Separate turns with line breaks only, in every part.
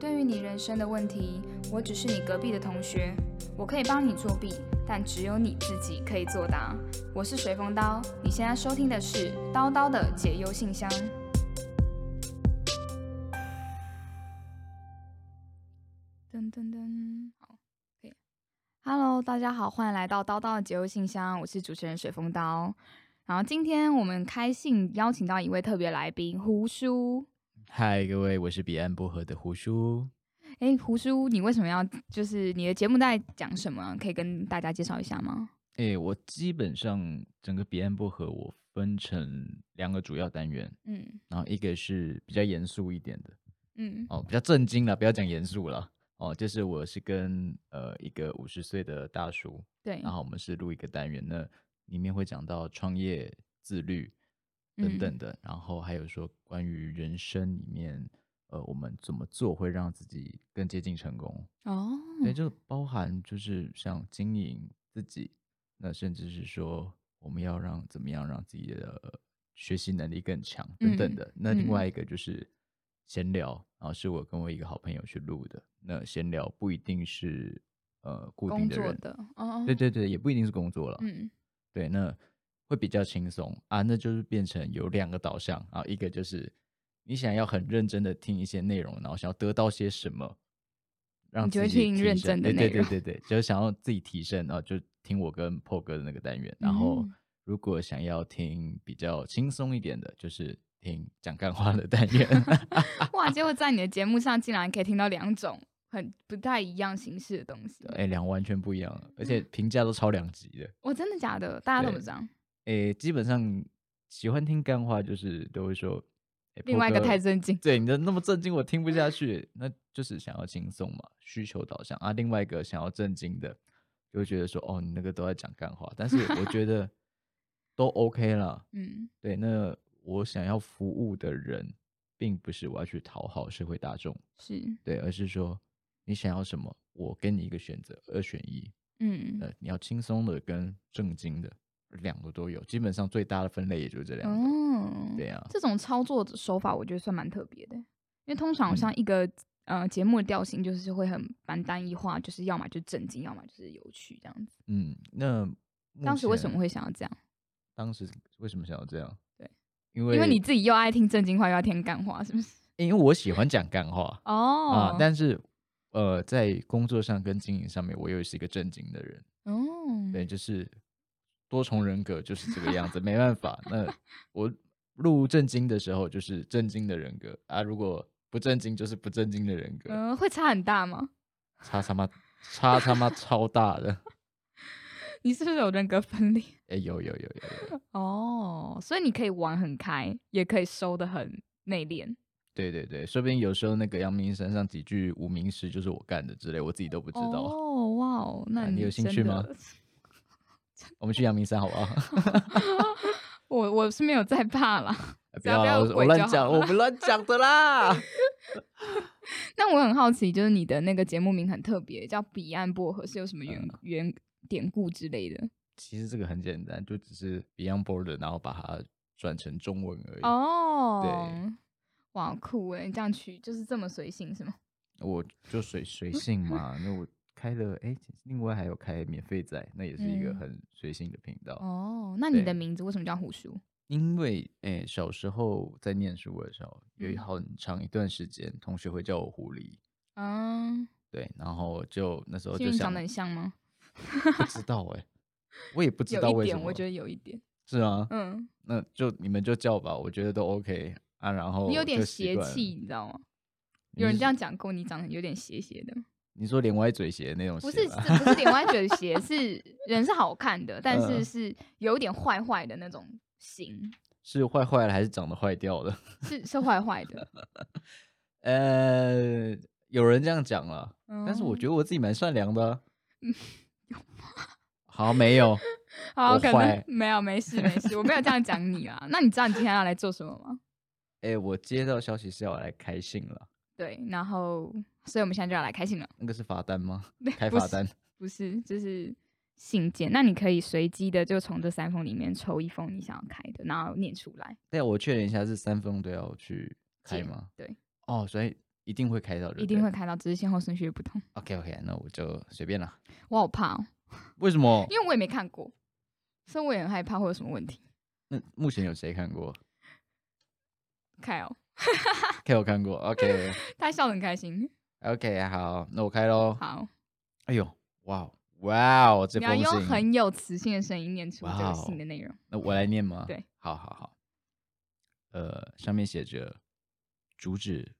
对于你人生的问题，我只是你隔壁的同学，我可以帮你作弊，但只有你自己可以作答。我是随风刀，你现在收听的是《刀刀的解忧信箱》。噔噔噔，好，可以。Hello，大家好，欢迎来到《刀刀的解忧信箱》，我是主持人水风刀。然后今天我们开信邀请到一位特别来宾胡叔。
嗨，各位，我是彼岸薄荷的胡叔。
哎，胡叔，你为什么要就是你的节目在讲什么啊？可以跟大家介绍一下吗？
哎，我基本上整个彼岸薄荷我分成两个主要单元，
嗯
然后一个是比较严肃一点的
嗯
哦，比较震惊了，不要讲严肃了哦，就是我是跟呃一个五十岁的大叔，
对，
然后我们是录一个单元，那里面会讲到创业、自律等等的，然后还有说关于人生里面，呃，我们怎么做会让自己更接近成功。
哦，
对，就包含就是像经营自己，那甚至是说我们要让怎么样让自己的学习能力更强等等
嗯
的。那另外
嗯
一个就是闲聊，然后是我跟我一个好朋友去录的。那闲聊不一定是呃固定
工
的
作
人，
的哦，
对对对，也不一定是工作了。
嗯
对，那会比较轻松啊，那就是变成有两个导向啊，一个就是你想要很认真的听一些内容，然后想要得到些什么，让
你就
自
会
己
听
提
认真
升
的
对
内
对对对对，就是想要自己提升啊，就听我跟破哥的那个单元，然后
嗯
如果想要听比较轻松一点的，就是听讲干话的 单元，
哇，结果在你的节目上竟然可以听到两种很不太一样形式的东西，
哎，两完全不一样，而且评价都超两极的。
我真的假的？大家怎么
对
知道？
诶，基本上喜欢听干话，就是都会说，诶
另
波
外一个
哥
太震惊
对你的那么震惊，我听不下去，那就是想要轻松嘛，需求导向啊。另外一个想要震惊的，就会觉得说，哦，你那个都在讲干话，但是我 觉得都 OK 啦。
嗯
对，那我想要服务的人，并不是我要去讨好社会大众，
是
对，而是说你想要什么，我给你一个选择，二选一。
嗯
呃，你要轻松的跟正经的，两个都有。基本上最大的分类也就是这两个。
哦，
对啊，
这种操作的手法，我觉得算蛮特别的，因为通常好像一个、呃节目的调性就是会很蛮单一化，就是要么就正经，要么就是有趣这样子。
嗯，那目
当时为什么
前？
会想要这样？
当时为什么想要这样？
对，
因为
因为你自己又爱听正经话，又爱听干话，是不是？
因为我喜欢讲干 话
哦，
啊，但是呃，在工作上跟经营上面，我又是一个正经的人，
哦，
对，就是多重人格就是这个样子，没 办法。那我录正经的时候就是正经的人格啊，如果不正经就是不正经的人格，
嗯、会差很大吗？
差他妈差他妈超大的。
你是不是有人格分裂？
哎、有有有有 有，
哦，所以你可以玩很开，也可以收的很内敛。
对对对，说不定有时候那个阳明山上几句无名诗就是我干的之类，我自己都不知道。
哦，哇哦，那
啊你有兴趣吗
真的
我们去阳明山好不好？
我我是没有在怕啦。 只
不
要
要
不要
啦，
有
我我
鬼就
乱
好
讲，我不乱讲 的啦。
那我很好奇，就是你的那个节目名很特别，叫《彼岸薄荷》，是有什么缘缘、典故之类的？
其实这个很简单，就只是 Beyond Border，然后把它转成中文而已。
哦，哇，酷哎！你这样取就是这么随性是吗？
我就随随性 嘛，那我开了，哎、另外还有开免费仔，那也是一个
嗯
很随性的频道。
哦，那你的
对
名字为什么叫胡叔？
因为哎、小时候在念书的时候，
嗯
有很长一段时间，同学会叫我狐狸。
嗯，
对，然后就那时候
是因
就
为你长
想
得很像吗？
不知道哎、我也不知道
有一
为什
点，
么，
我觉得有一点，
是啊，
嗯，
那就你们就叫吧，我觉得都 OK 啊。然后
你有点
就习
邪
惯了
气，，你知道吗？
你
有人
是
这样讲过，你长得有点邪邪的，
你说脸歪嘴斜那种
不
斜
是
吗，
是不是脸歪嘴斜，是人是好看的，但是
嗯
是有点坏坏的那种型，
是坏坏了还是长得坏掉的？
是是坏坏的。
呃，有人这样讲了， 但是我
嗯
觉得我自己蛮善良的啊。好，没有，
好，
我
可能
坏
没有，没事，没事，我没有这样讲你啊。那你知道你今天要来做什么吗？
哎、我接到消息是要来开信了，
对，然后，所以我们现在就要来开信了，
那个是罚单吗？开
不
罚
是
单，
不是，就是信件。那你可以随机的就从这三封里面抽一封你想要开的，然后念出来。
但我确认一下是三封都要去开
件
吗？
对，
哦，所以一定会开到的，
一定会开到，只是先后顺序不同。
OK OK，那我就随便了。
我好怕、哦，
为什么？
因为我也没看过，所以我也很害怕会有什么问题。
那目前有谁看过
开哦，
？K 我看过，OK
他笑得很开心。
OK，好，那我开喽。
好，
哎呦，哇哦哇哦，这
你要
封
用
信，
很有磁性的声音念出这
哇
个
哦
信的内容。
那我来念吗？
对，
好好好。呃，上面写着主旨，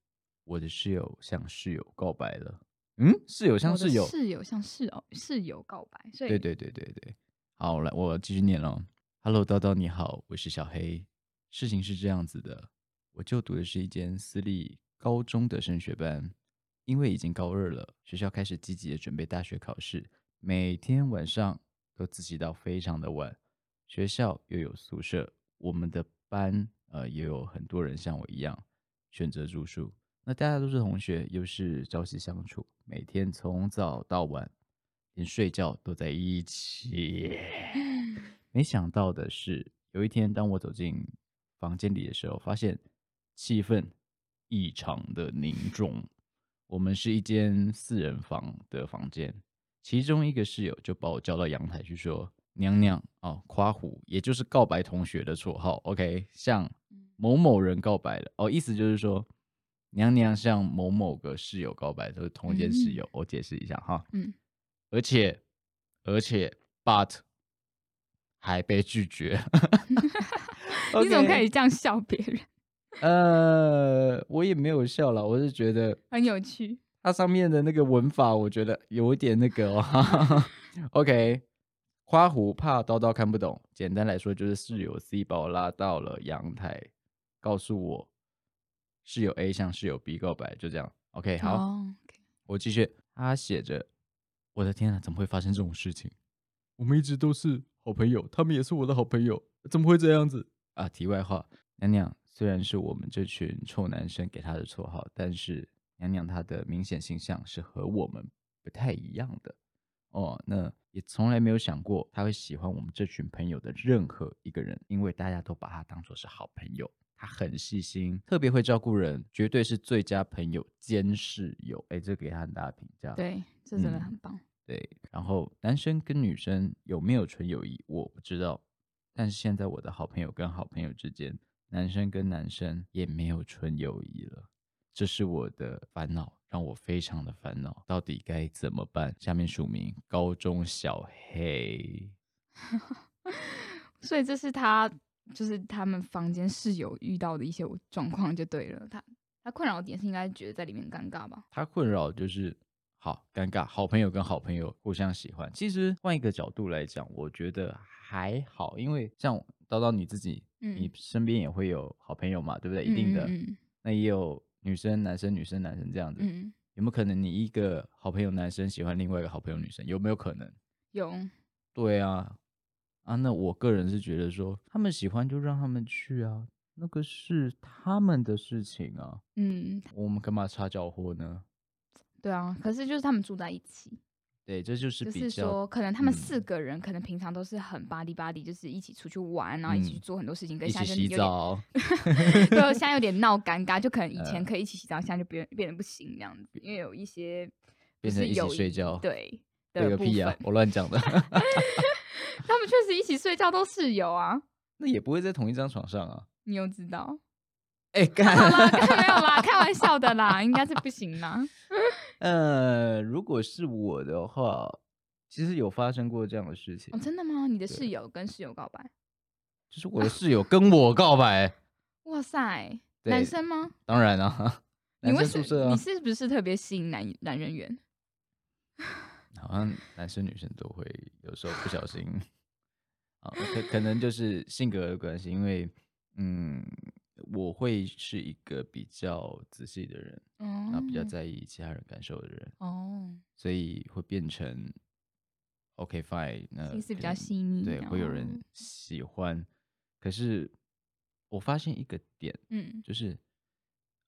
我的室友向室友告白了。嗯，室友向
我的
室友，
室友像室友室友告白，所以
对对对对对，好，我来，我继续念喽。Hello，叨叨你好，我是小黑。事情是这样子的，我就读的是一间私立高中的升学班，因为已经高二了，学校开始积极的准备大学考试，每天晚上都自习到非常的晚。学校又有宿舍，我们的班呃也有很多人像我一样选择住宿。那大家都是同学，又是朝夕相处，每天从早到晚，连睡觉都在一起。没想到的是，有一天当我走进房间里的时候，发现气氛异常的凝重。我们是一间四人房的房间，其中一个室友就把我叫到阳台去说：“娘娘哦，夸虎，也就是告白同学的绰号，OK，向某某人告白了。哦，意思就是说，娘娘向某某个室友告白，就是同一间室友。我解释一下哈，
嗯，
而且而且，but 还被拒绝。
你怎么
OK，
可以这样笑别人？
呃，我也没有笑了，我是觉得。
很有趣。
它上面的那个文法，我觉得有一点那个哦。OK，花狐怕叨叨看不懂，简单来说就是室友 C 把我拉到了阳台，告诉我室友 A 向室友 B 告白，就这样。OK，好，
哦，OK
我继续。他写着：“我的天啊，怎么会发生这种事情？我们一直都是好朋友，他们也是我的好朋友，怎么会这样子？”啊，题外话，娘娘虽然是我们这群臭男生给她的绰号，但是娘娘她的明显形象是和我们不太一样的哦。那也从来没有想过她会喜欢我们这群朋友的任何一个人，因为大家都把她当做是好朋友。她很细心，特别会照顾人，绝对是最佳朋友兼室友。哎，这给她很大的评价。
对，这真的
嗯
很棒。
对，然后男生跟女生有没有纯友谊，我不知道。但是现在我的好朋友跟好朋友之间，男生跟男生也没有纯友谊了，这是我的烦恼，让我非常的烦恼，到底该怎么办？下面署名高中小黑，
所以这是他，就是他们房间室友遇到的一些状况就对了。他他困扰的点是应该觉得在里面尴尬吧？
他困扰就是好尴尬，好朋友跟好朋友互相喜欢。其实换一个角度来讲，我觉得还好，因为像叨叨你自己，
嗯
你身边也会有好朋友嘛，对不对？一定的。
嗯
那也有女生、男生、女生、男生这样子。
嗯嗯，
有没有可能你一个好朋友男生喜欢另外一个好朋友女生？有没有可能？
有
对啊，啊，那我个人是觉得说，他们喜欢就让他们去啊，那个是他们的事情啊，
嗯，
我们干嘛插脚货呢？
对啊。可是就是他们住在一起，
对，这就是
就
比
是
较
说可能他们
嗯
四个人可能平常都是很巴 o 巴 y 就是一起出去玩，然后一起去
嗯
做很多事情，跟
一
现
起
在就是
洗
有 点就
澡，
现在有点闹尴尬，就可能以
呃
前可以一起洗澡，现在就变变得不行那样子，因为有一些不
变成
是
一起
友
睡
谊
觉
对
对
的
个
部
屁
分。
啊！我乱讲 的，
他们确实一起睡觉都室友啊，
那也不会在同一张床上啊。
你又知 道？
哎、
好啦，
干！
没有啦，开玩笑的啦，应该是不行啦。
呃，如果是我的话，其实有发生过这样的事情
哦，，真的吗？你的
对
室友跟室友告白？
就是我的室友跟我告白，
哇塞，
对
男生吗？
当然啊，
你
男
为什
生宿舍
么？你
啊，
是不是特别吸引男男人缘？
好像男生女生都会有时候不小心啊，可可能就是性格的关系，因为嗯，我会是一个比较仔细的人，然后
哦，
比较在意其他人感受的人，
哦，
所以会变成 OK fine，那
心思比
可
较
能
细腻，哦
对，会有
然后
人喜欢。可是我发现一个点，
嗯
就是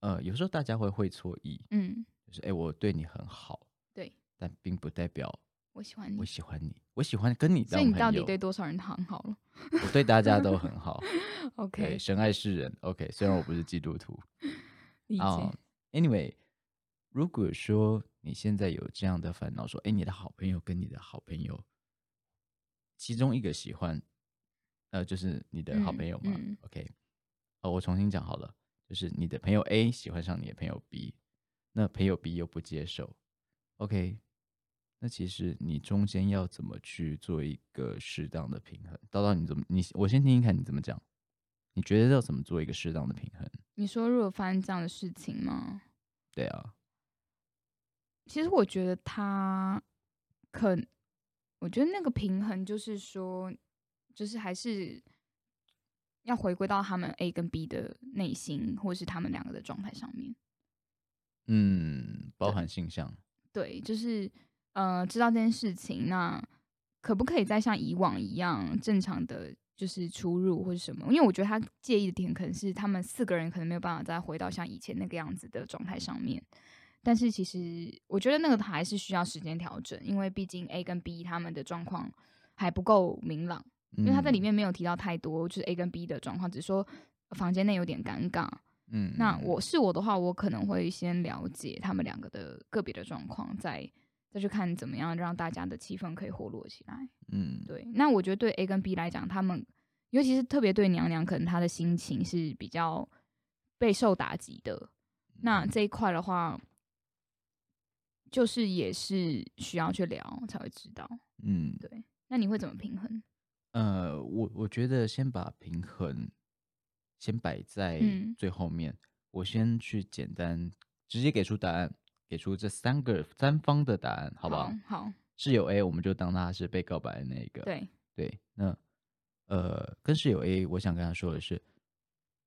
呃，有时候大家会会错意，
嗯，
就是哎、诶我对你很好，
对
但并不代表
我喜欢你
我。喜欢你，我喜欢跟你
嗯所
当
以你
朋
到底
友
对多少人很好了
我对大家都很好，对，
？OK，
神爱世人。OK，虽然我不是基督徒
理解。
啊、a n y w a y 哦如果说你现在有这样的烦恼，说，哎，你的好朋友跟你的好朋友，其中一个喜欢，呃，就是你的好
嗯
朋友嘛、
嗯
o k 呃，我重新讲好了，就是你的朋友 A 喜欢上你的朋友 B，那朋友 B 又不接受，OK，那其实你中间要怎么去做一个适当的平衡？叨叨，你怎么，你我先听听看你怎么讲，你觉得要怎么做一个适当的平衡？
你说如果发生这样的事情吗？
对啊，
其实我觉得他可，我觉得那个平衡就是说，就是还是要回归到他们 A 跟 B 的内心，或是他们两个的状态上面。
嗯，包
对
含性向。
对，就是呃，知道这件事情，那可不可以再像以往一样正常的就是出入或是什么？因为我觉得他介意的点可能是他们四个人可能没有办法再回到像以前那个样子的状态上面。但是其实我觉得那个还是需要时间调整，因为毕竟 A 跟 B 他们的状况还不够明朗，因为他在里
嗯，
面没有提到太多就是 A 跟 B 的状况，只说房间内有点尴尬，
嗯，
那
嗯
我是我的话，我可能会先了解他们两个的个别的状况，再再去看怎么样让大家的气氛可以活络起来。
嗯，
对，那我觉得对 A 跟 B 来讲，他们尤其是特别对娘娘，可能她的心情是比较备受打击的。那
嗯
这一块的话，就是也是需要去聊才会知道。
嗯，
对，那你会怎么平衡？
呃，我我觉得先把平衡先摆在
嗯
最后面，我先去简单直接给出答案，给出这三个三方的答案，好不好？
好，好
室友 A，我们就当他是被告白的那一个。
对，
对，那呃，跟室友 A，我想跟他说的是，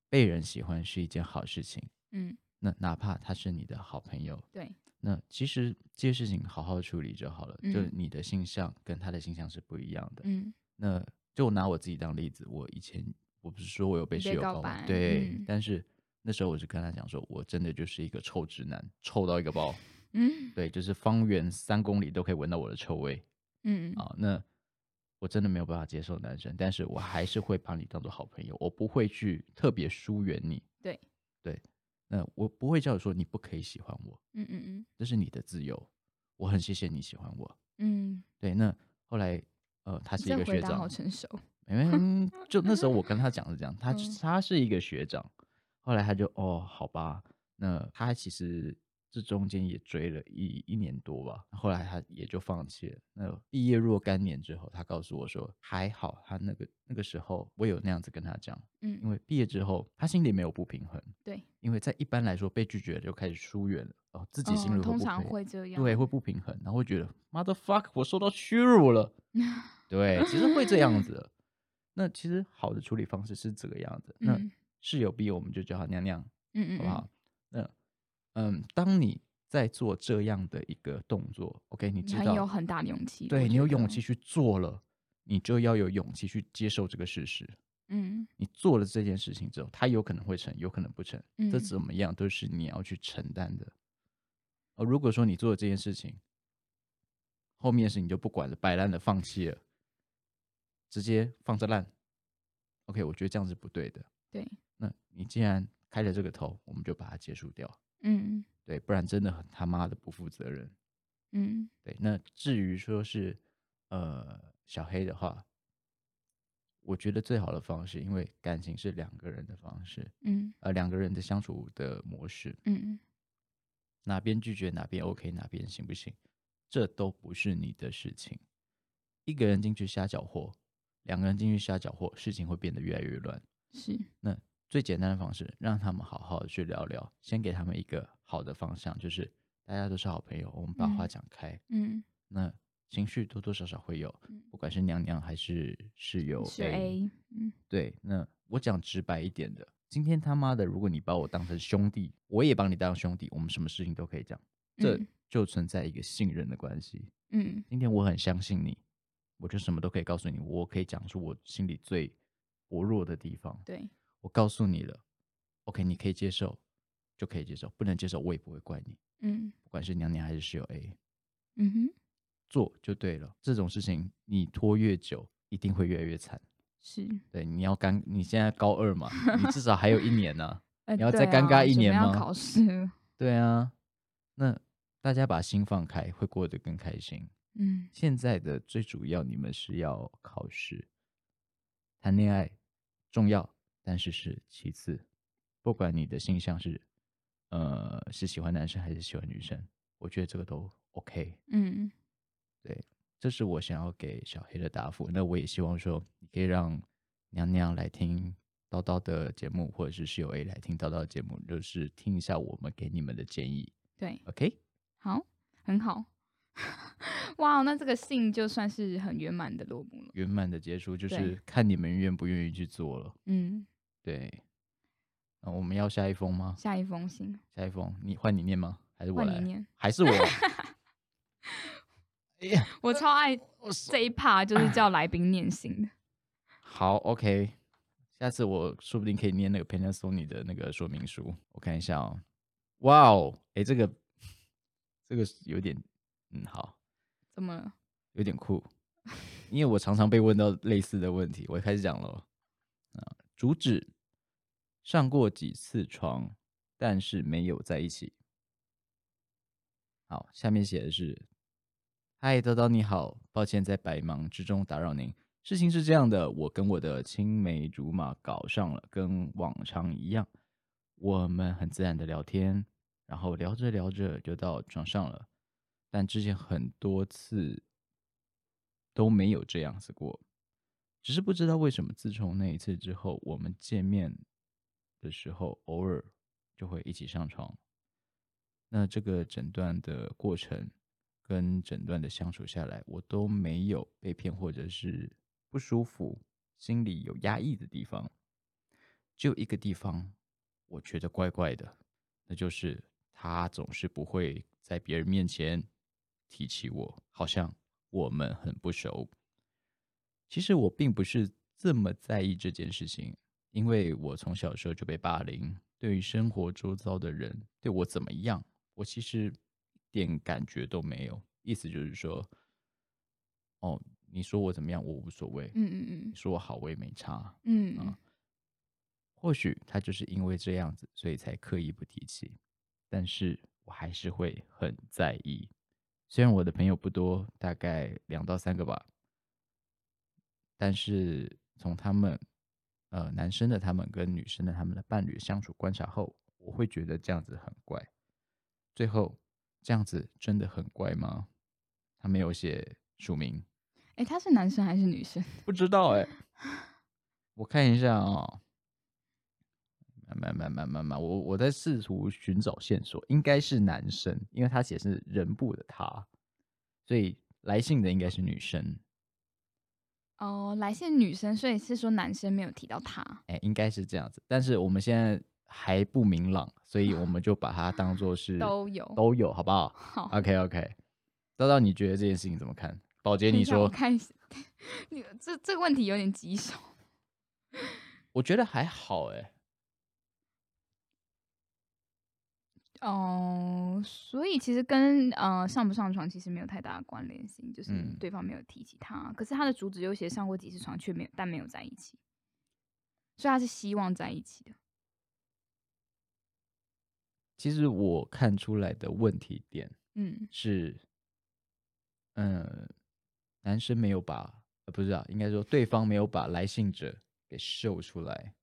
被人喜欢是一件好事情。
嗯，
那哪怕他是你的好朋友，
对，
那其实这些事情好好处理就好了。就
嗯
你的性向跟他的性向是不一样的。
嗯，
那就拿我自己当例子，我以前我不是说我有被
你
室
被
友
告
告吗
白
对，
嗯
但是那时候我是跟他讲说，我真的就是一个臭直男，臭到一个 爆，
嗯，
对，就是方圆三公里都可以闻到我的臭味
嗯，
啊、那我真的没有办法接受男生，但是我还是会把你当做好朋友，我不会去特别疏远你。
对，
对，那我不会叫你说你不可以喜欢我，
嗯嗯嗯
这是你的自由，我很谢谢你喜欢我。
嗯，
对，那后来呃，他是一
这
个
回
学
答
长，
好成熟。
嗯，就那时候我跟他讲是这样，他
嗯
他是一个学长，后来他就哦，好吧，那他其实这中间也追了一一年多吧，后来他也就放弃了。那毕业若干年之后，他告诉我说还好，他那个那个时候我有那样子跟他讲，因
嗯，
为毕业之后他心里没有不平衡，
对，
因为在一般来说被拒绝就开始疏远了，哦，自己心里
哦
会
通
不
常
平衡
会这样。
对，会不平衡，然后会觉得 mother fuck，我受到屈 辱了。对，其实会这样子的。那其实好的处理方式是这个样子。那
嗯
室友 B 我们就叫他娘娘，
嗯嗯，
好不好？那嗯，当你在做这样的一个动作，OK，你
嗯？
知
你很有
道，
很大的勇气。我
对你
觉
有
得
勇气。去做了，你就要有勇气去接受这个事实。
嗯
你做了这件事情之后，它有可能会成，有可能不成，这
嗯
怎么样都是你要去承担的。而如果说你做了这件事情，后面的事你就不管了，摆烂了，放弃了，直接放着烂，OK，我觉得这样是不对的。
对，
那你既然开了这个头，我们就把它结束掉，
嗯
对，不然真的很他妈的不负责任。
嗯
对，那至于说是呃小黑的话，我觉得最好的方式，因为感情是两个人的方式，
嗯
呃，两个人的相处的模式，
嗯
哪边拒绝哪边 OK，哪边行不行，这都不是你的事情。一个人进去瞎搅和，两个人进去瞎搅和，事情会变得越来越乱。
是
那最简单的方式，让他们好好的去聊聊，先给他们一个好的方向，就是大家都是好朋友，我们把话
嗯
讲开。
嗯
那情绪多多少少会有
嗯，
不管是娘娘还是室友哎
是 A 嗯
对，那我讲直白一点的，今天他妈的，如果你把我当成兄弟，我也把你当兄弟，我们什么事情都可以讲，这
嗯
就存在一个信任的关系。
嗯
今天我很相信你，我就什么都可以告诉你，我可以讲出我心里最薄弱的地方。
对
我告诉你了，OK，你可以接受就可以接受，不能接受我也不会怪你，
嗯
不管是娘娘还是室友 A，
嗯哼
做就对了。这种事情你拖越久，一定会越来越惨。
是
对，你要尴，你现在高二嘛，你至少还有一年呢、啊
呃
你要
对
再尴尬
啊
一
准备
年
要
吗
考试
对啊，那大家把心放开，会过得更开心。
嗯
现在的最主要，你们是要考试、谈恋爱重要，但是是其次。不管你的性向是，呃，是喜欢男生还是喜欢女生，我觉得这个都 OK。
嗯
这是我想要给小黑的答复。那我也希望说，你可以让娘娘来听叨叨的节目，或者是室友 A 来听叨叨的节目，就是听一下我们给你们的建议。
对，
OK，
好，很好。 哇，那这个信就算是很圆满的落幕了。
圆满的结束就
对
是看你们愿不愿意去做了。
嗯，
对，那我们要下一封吗？
下一封信
下一封，你换你念吗？还是我
换
来？
你念，
还是我？ 哎呀，
我超爱这一趴，就是叫来宾念信的。
好，OK，下次我说不定可以念那个 Panasonic 的那个说明书，我看一下哦。哇哦，哎，这个这个是有点，嗯，好，
怎么了？
有点酷，因为我常常被问到类似的问题，我开始讲了哦。啊，主旨：上过几次床，但是没有在一起。好，下面写的是：嗨，叨叨你好，抱歉在百忙之中打扰您。事情是这样的，我跟我的青梅竹马搞上了，跟往常一样，我们很自然的聊天，然后聊着聊着就到床上了。但之前很多次都没有这样子过，只是不知道为什么，自从那一次之后，我们见面的时候偶尔就会一起上床。那这个诊断的过程跟诊断的相处下来，我都没有被骗或者是不舒服、心里有压抑的地方，只有一个地方我觉得怪怪的，那就是他总是不会在别人面前提起我，好像我们很不熟。其实我并不是这么在意这件事情，因为我从小时候就被霸凌，对于生活周遭的人对我怎么样，我其实一点感觉都没有。意思就是说，哦，你说我怎么样，我无所谓；
嗯嗯
你说我好，我也没差。
嗯嗯
啊，或许他就是因为这样子，所以才刻意不提起，但是我还是会很在意。虽然我的朋友不多，大概两到三个吧，但是从他们，呃，男生的他们跟女生的他们的伴侣相处观察后，我会觉得这样子很怪。最后，这样子真的很怪吗？他没有写署名，
哎、他是男生还是女生？
不知道哎、我看一下啊、慢慢慢慢慢慢，我我在试图寻找线索，应该是男生，因为他写是人部的他，所以来信的应该是女生，
哦，来信女生，所以是说男生没有提到他。
哎、应该是这样子。但是我们现在还不明朗，所以我们就把它当做是
都有
都有，好不好
好，
？OK OK，叨叨，你觉得这件事情怎么看？宝洁，
等一
你
下我
说，
看一下，你这这个问题有点棘手。
我觉得还好哎、
哦，所以其实跟呃上不上床其实没有太大的关联性，就是
嗯
对方没有提起他，可是他的主旨又写上过几次床，却没有但没有在一起，所以他是希望在一起的。
其实我看出来的问题点
嗯
是，嗯，男生没有把，呃，不是啊，应该说对方没有把来信者给秀出来。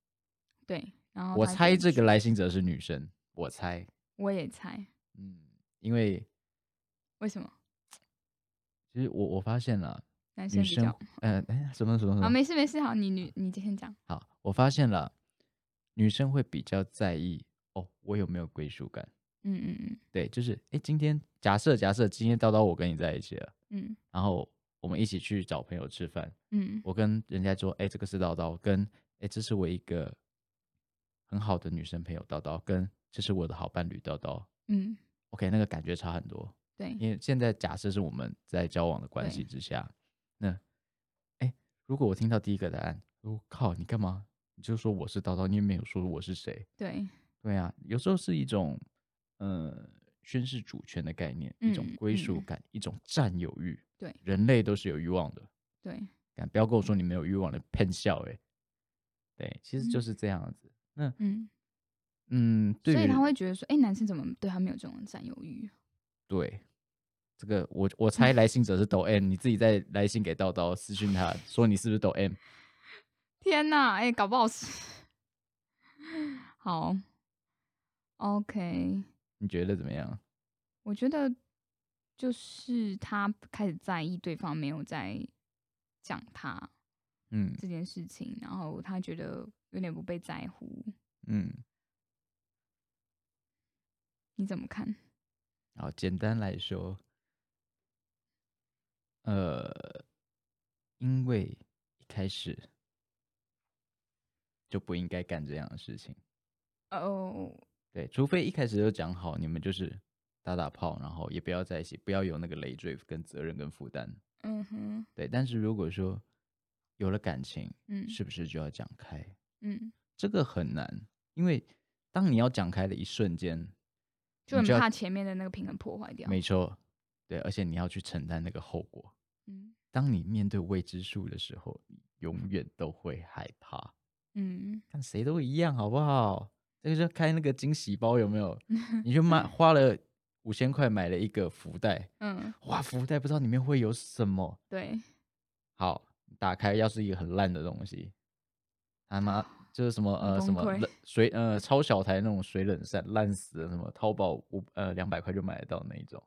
对，然后
我
他
猜
就
这
去
个，来信者是女生，我猜，
我也猜，
嗯，因为
为什么
其实我我发现了
男生
女
比
生
较？，
呃，哎，什么什么什
啊，
么，
没事没事，好，你女你先讲，
好，我发现了女生会比较在意哦，我有没有归属感？
嗯嗯嗯
对，就是哎，诶今天假设假设今天叨叨我跟你在一起了，
嗯
然后我们一起去找朋友吃饭，
嗯
我跟人家说，哎、这个是叨叨，跟哎、这是我一个很好的女生朋友叨叨，跟这是我的好伴侣叨叨。
嗯，
OK，那个感觉差很多，
对，
因为现在假设是我们在交往的关
嗯对
系之下，那哎、如果我听到第一个答案，我、靠，你干嘛？你就说我是叨叨，你也没有说我是谁。
对，
对啊，有时候是一种呃宣示主权的概念，一种
嗯
归属
嗯
感，一种占有欲。
对
人类都是有欲望的。
对，
敢不要跟我说你没有欲望的骗笑哎、对，其实就
嗯
是这样子。嗯
嗯，
嗯，对
所以
于
他会觉得说，哎、男生怎么对他没有这种占有欲？
对，这个我
嗯
我猜来信者是抖 M，你自己再来信给叨叨私讯他说你是不是抖 M？
天呐，哎、搞不好是。 好，OK，
你觉得怎么样？
我觉得就是他开始在意对方没有在讲他
嗯
这件事情，然后他觉得有点不被在乎。
嗯，
你怎么看？
好，简单来说，呃，因为一开始就不应该干这样的事情。
哦，
对，除非一开始就讲好，你们就是打打炮，然后也不要在一起，不要有那个累赘、跟责任、跟负担。
嗯哼，
对，但是如果说有了感情，
嗯
是不是就要讲开？
嗯，
这个很难，因为当你要讲开的一瞬间，
就
你
很
就要
怕前面的那个平衡破坏掉。
没错，对，而且你要去承担那个后果。
嗯
当你面对未知数的时候，你永远都会害怕。
嗯
看谁都一样，好不好？这个就开那个惊喜包有没有？ 你就买花了五千块买了一个福袋，
嗯，
哇，福袋不知道里面会有什么。
对，
好，打开要是一个很烂的东西，他妈就是什么
很
呃
啊崩
什么
溃
冷水呃超小台那种水冷扇烂死的，什么淘宝五呃两百块就买得到那一种，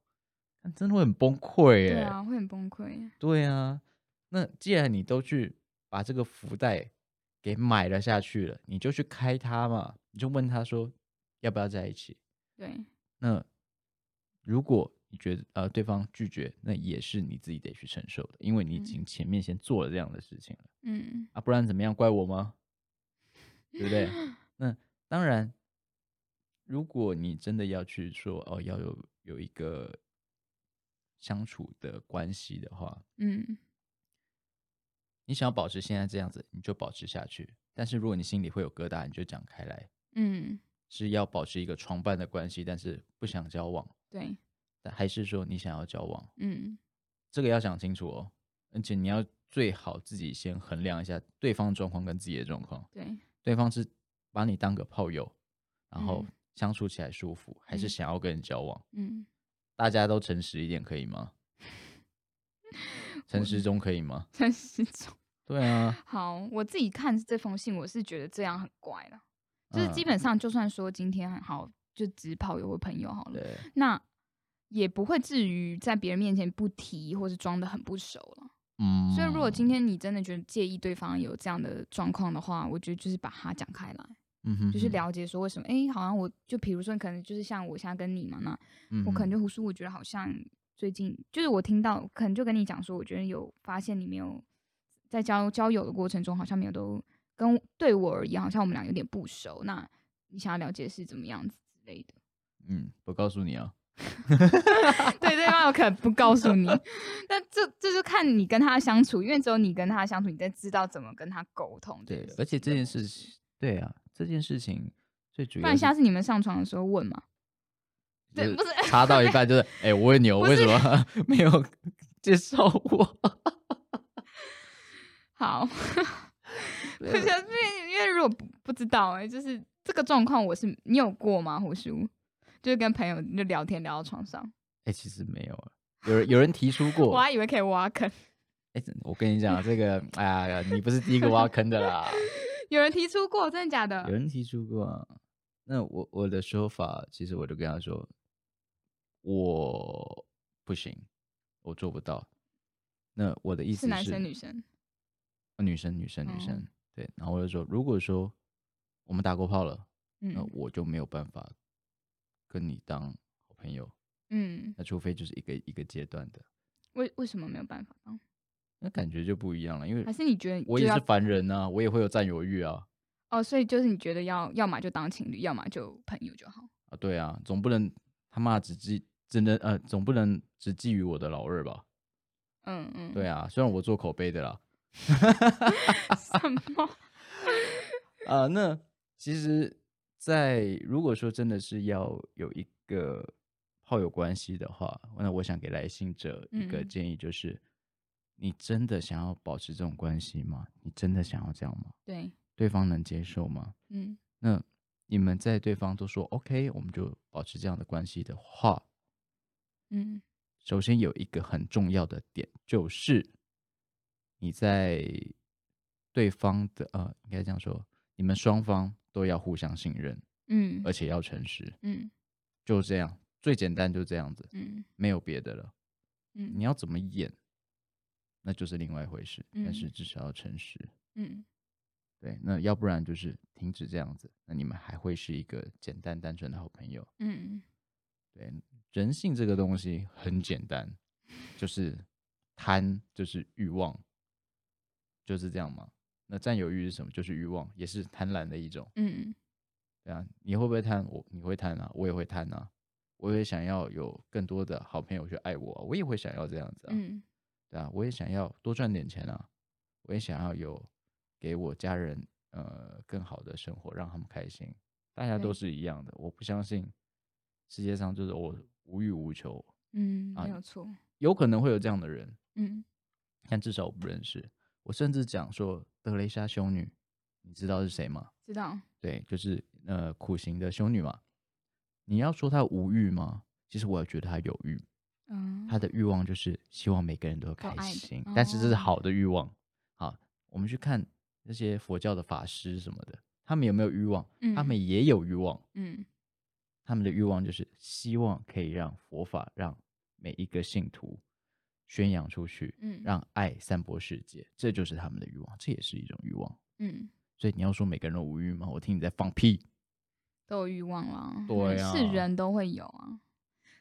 看真的会很崩溃耶、
对啊，会很崩溃。
对啊，那既然你都去把这个福袋给买了下去了，你就去开它嘛，你就问他说要不要在一起。
对，
那如果你觉得呃对方拒绝，那也是你自己得去承受的，因为你已
嗯
经前面先做了这样的事情了、
嗯
啊，不然怎么样怪我吗？对不对？那当然，如果你真的要去说哦要有有一个相处的关系的话，
嗯
你想要保持现在这样子，你就保持下去。但是如果你心里会有疙瘩，你就讲开来，
嗯，
是要保持一个床伴的关系，但是不想交往，
对，
但还是说你想要交往，
嗯
这个要想清楚哦。而且你要最好自己先衡量一下对方的状况跟自己的状况，
对，
对方是把你当个炮友，然后
嗯
相处起来舒服，还是
嗯
想要跟人交往？
嗯，
大家都诚实一点，可以 吗？诚实中可以吗？
真是种。
对啊，
好，我自己看这封信，我是觉得这样很怪了。就是基
嗯
本上，就算说今天好，就只是炮友或朋友好了，
对
那也不会至于在别人面前不提，或是装的很不熟了。
嗯，
所以，如果今天你真的觉得介意对方有这样的状况的话，我觉得就是把它讲开来，
嗯哼
就是
哼
了解说为什么。诶，好像我就比如说，可能就是像我现在跟你嘛，那
嗯
我可能就胡说，我觉得好像最近就是我听到，可能就跟你讲说，我觉得有发现你没有在交交友的过程中，好像没有都跟对我而言，好像我们俩有点不熟。那你想要了解是怎么样子之类的？
嗯，不告诉你啊。
对对方有可能不告诉 你，但这这就看你跟他相处，因为只有你跟他相处，你才知道怎么跟他沟通这
对
件事情的模式。，
而且这件事情，对啊，这件事情最主
不
要
然
是
下次你们上床的时候问嘛。
就
对
是
不是
插到一半就是，哎、我问你哦，
不
为
是
什么没有介绍我？
好，我觉得因为因为如果不不知道哎、就是这个状况，我是你有过吗？胡叔，就是跟朋友就聊天聊到床上，
哎、其实没有啊，有人有人提出过
我，还以为可以挖坑，
哎、真我跟你讲啊，这个，哎呀，你不是第一个挖坑的啦，
有人提出过，真的假
有
的？
人提出过、啊。那我我的说法，其实我就跟他说，我不行，我做不到。那我的意思
是
是
男生女生？
女生，女生，
哦
女生。对，然后我就说，如果说我们打过炮了，那
嗯
我就没有办法跟你当好朋友。
嗯，
那除非就是一个一个阶段的，
为为什么没有办法当？
那感觉就不一样了。因为
还是你觉得
我
就
也
要
是凡人啊，我也会有占有欲啊。
哦，所以就是你觉得要要么就当情侣，要么就朋友就好。
啊，对啊，总不能他妈只记只能呃，总不能只觊觎我的老二吧？
嗯嗯，
对啊，虽然我做口碑的啦，
什么？
啊，那其实，在如果说真的是要有一个炮友关系的话，那我想给来信者一个
嗯
建议，就是、你真的想要保持这种关系吗？你真的想要这样吗？
对，
对方能接受吗？
嗯
那你们在对方都说 OK，我们就保持这样的关系的话，
嗯
首先有一个很重要的点，就是你在对方的呃，应该这样说，你们双方都要互相信任，
嗯
而且要诚实，
嗯
就这样，最简单就这样子，
嗯
没有别的了。
嗯，
你要怎么演，那就是另外一回事，但是
嗯
至少要诚实。
嗯
对，那要不然就是停止这样子，那你们还会是一个简单单纯的好朋友。
嗯
对，人性这个东西很简单，就是贪，就是欲望，就是这样嘛。那占有欲是什么？就是欲望，也是贪婪的一种。
嗯
对啊，你会不会贪？我你会贪啊，我也会贪啊，我也想要有更多的好朋友去爱我、啊，我也会想要这样子啊，
嗯
对啊，我也想要多赚点钱啊，我也想要有给我家人呃更好的生活，让他们开心。大家都
对
是一样的，我不相信世界上就是我无欲无求，
嗯，
啊
没有错，
有可能会有这样的人，
嗯
但至少我不认识。我甚至讲说德雷莎修女，你知道是谁吗？
知道，
对，就是呃苦行的修女嘛。你要说她无欲吗？其实我也觉得她有欲，
嗯，
她的欲望就是希望每个人都开
爱的
心，但是这是
哦
好的欲望。好，我们去看那些佛教的法师什么的，他们有没有欲望？他
嗯
们也有欲望，
嗯
他们的欲望就是希望可以让佛法让每一个信徒宣扬出去，
嗯
让爱散播世界，这就是他们的欲望，这也是一种欲望。
嗯
所以你要说每个人都无欲吗？我听你在放屁。
都有欲望啦，
对
人
啊
是人都会有啊。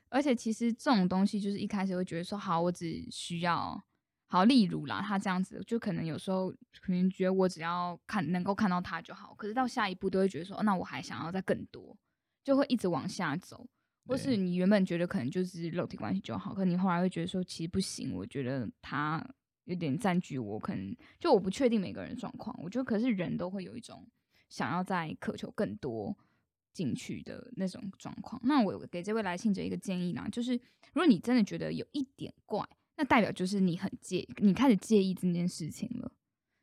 而且其实这种东西就是一开始会觉得说，好，我只需要好，例如啦，他这样子，就可能有时候可能觉得我只要看能够看到他就好，可是到下一步都会觉得说，哦那我还想要再更多，就会一直往下走。或
对
是你原本觉得可能就是肉体关系就好，可你后来会觉得说，其实不行，我觉得他有点占据我，可能就我不确定每个人的状况，我觉得可是人都会有一种想要再渴求更多进去的那种状况。那我有给这位来信者一个建议啦，就是如果你真的觉得有一点怪，那代表就是你很介，你开始介意这件事情了。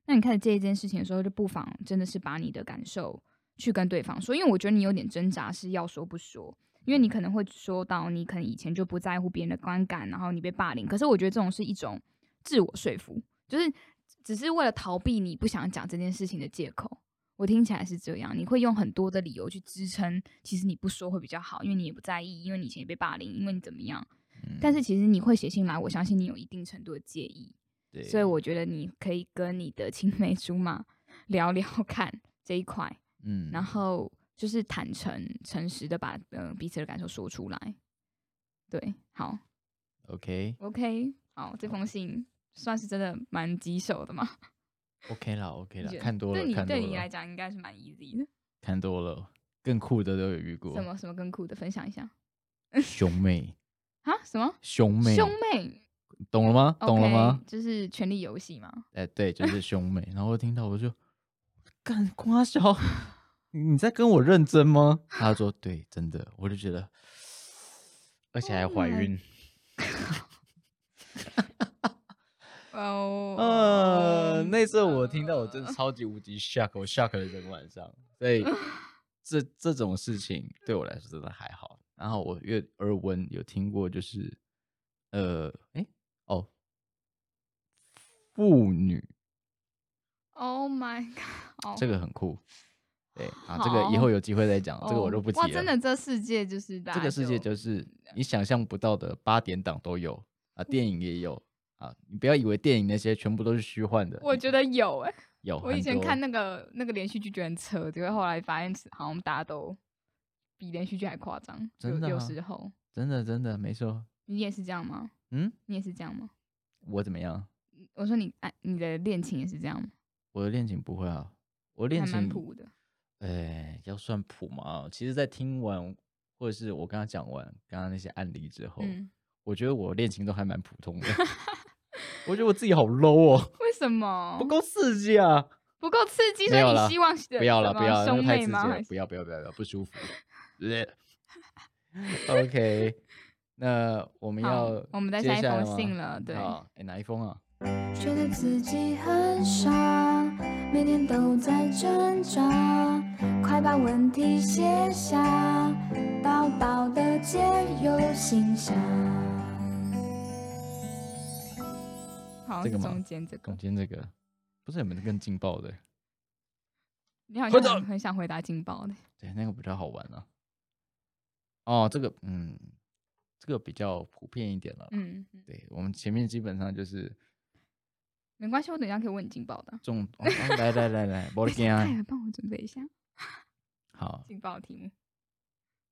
那你开始介意这件事情的时候，就不妨真的是把你的感受去跟对方说，因为我觉得你有点挣扎，是要说不说。因为你可能会说到，你可能以前就不在乎别人的观感，然后你被霸凌。可是我觉得这种是一种自我说服，就是只是为了逃避你不想讲这件事情的借口。我听起来是这样，你会用很多的理由去支撑，其实你不说会比较好，因为你也不在意，因为你以前也被霸凌，因为你怎么样。但
嗯
是其实你会写信来，我相信你有一定程度的介意。
对
所以我觉得你可以跟你的青梅竹马 聊聊看这一块，
嗯
然后就是坦诚、诚实的把呃彼此的感受说出来。对，好
OK
，OK，好，这封信算是真的蛮棘手的嘛？
OK 啦 OK
你
啦
觉，得
看多
对
了
你
看多
对你来
了
讲应该是蛮 easy 的。
看多了，更酷的都有遇过
什。么什么更酷的，分享一下
兄妹
啊？什么
兄妹
兄妹？
懂了吗？懂了
OK，
吗？
就是权力游戏嘛。
哎、对，就是兄妹。然后我听到我就干瓜小， 你在跟我认真吗？他说对，真的。我就觉得， 而且还
Oh
怀
my
孕。
哦、嗯
呃，那次我听到我真的超级无敌 shock，我 shock 了整个晚上。所以这这种事情对我来说真的还好。然后我越耳闻有听过，就是呃，哎、哦，妇女
Oh my god！哦
这个很酷。对啊，这个以后
好
有机会再讲，这个我
哦
就不提
哇，
了。
真的，这世界就是大
这
家
个世界就是你想象不到的八点档都有啊，电影也有啊。你不要以为电影那些全部都是虚幻的，
我觉得有哎、
有。
我以前看那个那个连续剧觉得很扯，结果后来发现好像大家都比连续剧还夸张，
真的
有有
啊
时候
真的真的没错。
你也是这样吗？
嗯，
你也是这样吗？
我怎么样？
我说你哎，你的恋情也是这样吗？
我的恋情不会啊，我的恋
还蛮
情，
普的。
哎，要算谱嘛。其实，在听完或者是我刚刚讲完刚刚那些案例之后，
嗯，
我觉得我恋情都还蛮普通的。 我觉得我自己好 low 哦，
为什么
不够刺激啊！
不够刺激？所
没有
以
啦
你希望
不要了，
什
不要
么
了，那
兄
个太
妹
刺激
吗？
了
还，
不要，不要，不要，不要，不舒服。OK，那我们
好
要
我们在
接
下一
来
封
吗
信了对
好哎，哪一封啊？
觉得自己很傻，每天都在挣扎，快把问题写下，叨叨的解忧信箱。
好
这
像
个
是
吗哦
中间这个
中。间这个不是有没有更劲爆的？
你好
回
像
答
很很想回答劲爆的，
对，那个比较好玩啊。哦，这个嗯，这个比较普遍一点了。
嗯，嗯
对我们前面基本上就是
没关系，我等一下可以问你劲爆的。
重、哦哦来来来来，玻璃
太
game 啊。
来帮我准备一下
好，
劲爆的题目。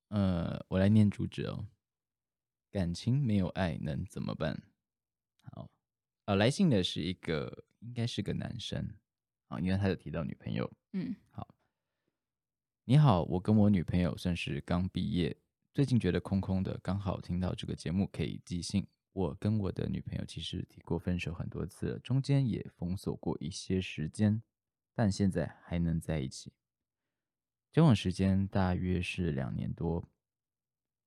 呃，我来念主旨哦。感情没有爱能怎么办？好，呃，来信的是一个，应该是个男生啊，因为他有提到女朋友。
嗯，
你好，我跟我女朋友算是刚毕业，最近觉得空空的，刚好听到这个节目可以寄信。我跟我的女朋友其实提过分手很多次了，中间也封锁过一些时间，但现在还能在一起。交往时间大约是两年多。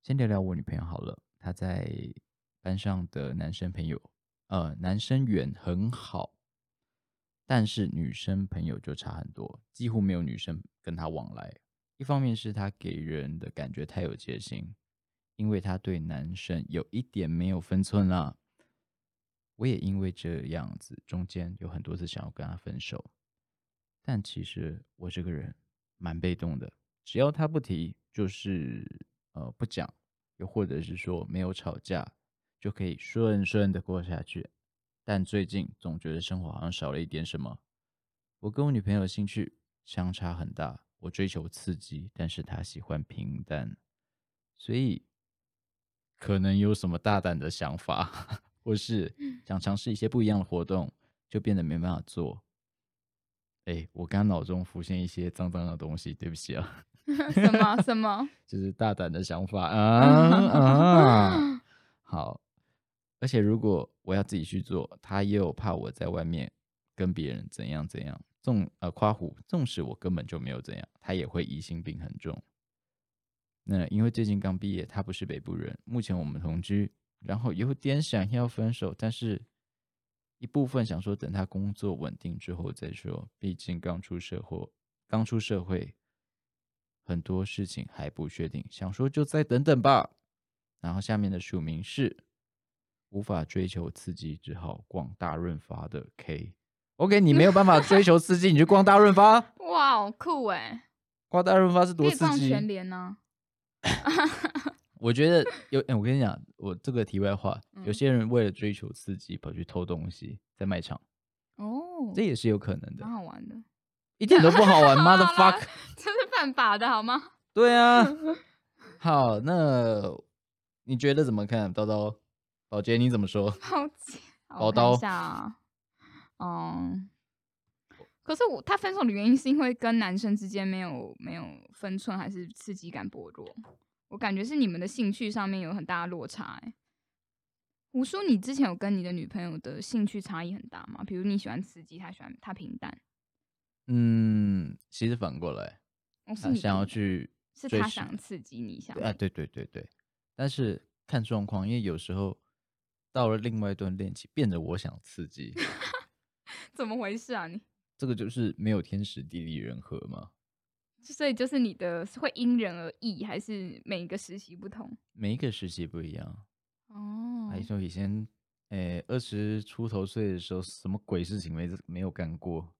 先聊聊我女朋友好了，她在班上的男生朋友，呃，男生缘很好，但是女生朋友就差很多，几乎没有女生跟她往来。一方面是她给人的感觉太有戒心，因为她对男生有一点没有分寸啦。我也因为这样子，中间有很多次想要跟她分手，但其实我这个人蛮被动的，只要他不提，就是呃不讲，又或者是说没有吵架，就可以顺顺的过下去。但最近总觉得生活好像少了一点什么。我跟我女朋友兴趣相差很大，我追求刺激，但是她喜欢平淡，所以可能有什么大胆的想法，或是想尝试一些不一样的活动，就变得没办法做。哎，我刚脑中浮现一些脏脏的东西，对不起啊，
什么什么？
就是大胆的想法啊 啊！好，而且如果我要自己去做，他又怕我在外面跟别人怎样怎样，纵呃夸虎，纵使我根本就没有怎样，他也会疑心病很重。那因为最近刚毕业，他不是北部人，目前我们同居，然后有点想要分手，但是一部分想说等他工作稳定之后再说，毕竟刚出社会，刚出社会，很多事情还不确定，想说就再等等吧。然后下面的署名是无法追求刺激，只好逛大润发的 K。OK，你没有办法追求刺激，你去逛大润发，
哇，好酷哎！
逛大润发是
可
多
以
刺
逛
激。
全联啊呢。
我觉得有，哎我跟你讲，我这个题外话，有
嗯
些人为了追求刺激，跑去偷东西，在卖场，
哦
这，也是有可能的
蛮，好玩的，
一点都不好玩，mother
好啦
fuck。
这是犯法的好吗？
对啊，好，那你觉得怎么看？叨叨，宝洁你怎么说？
抱歉，好
宝
我看
刀
一下啊，嗯，可是我他分手的原因是因为跟男生之间没有没有分寸，还是刺激感薄弱？我感觉是你们的兴趣上面有很大的落差、欸。胡叔，你之前有跟你的女朋友的兴趣差异很大吗？比如你喜欢刺激，她喜欢她平淡，
嗯，其实反过来，
我、哦是
他
你
想要
平
去
是
追
他
寻
想刺激你想
啊，对对对对，但是看状况，因为有时候到了另外一段恋情，变得我想刺 激，
怎么回事啊你？
这个就是没有天时地利人和嘛。
所以就是你的是会因人而异，还是每一个时期不同？
每一个时期不一样。
哦
还哎说以前，诶，二十出头岁的时候，什么鬼事情没没有干过？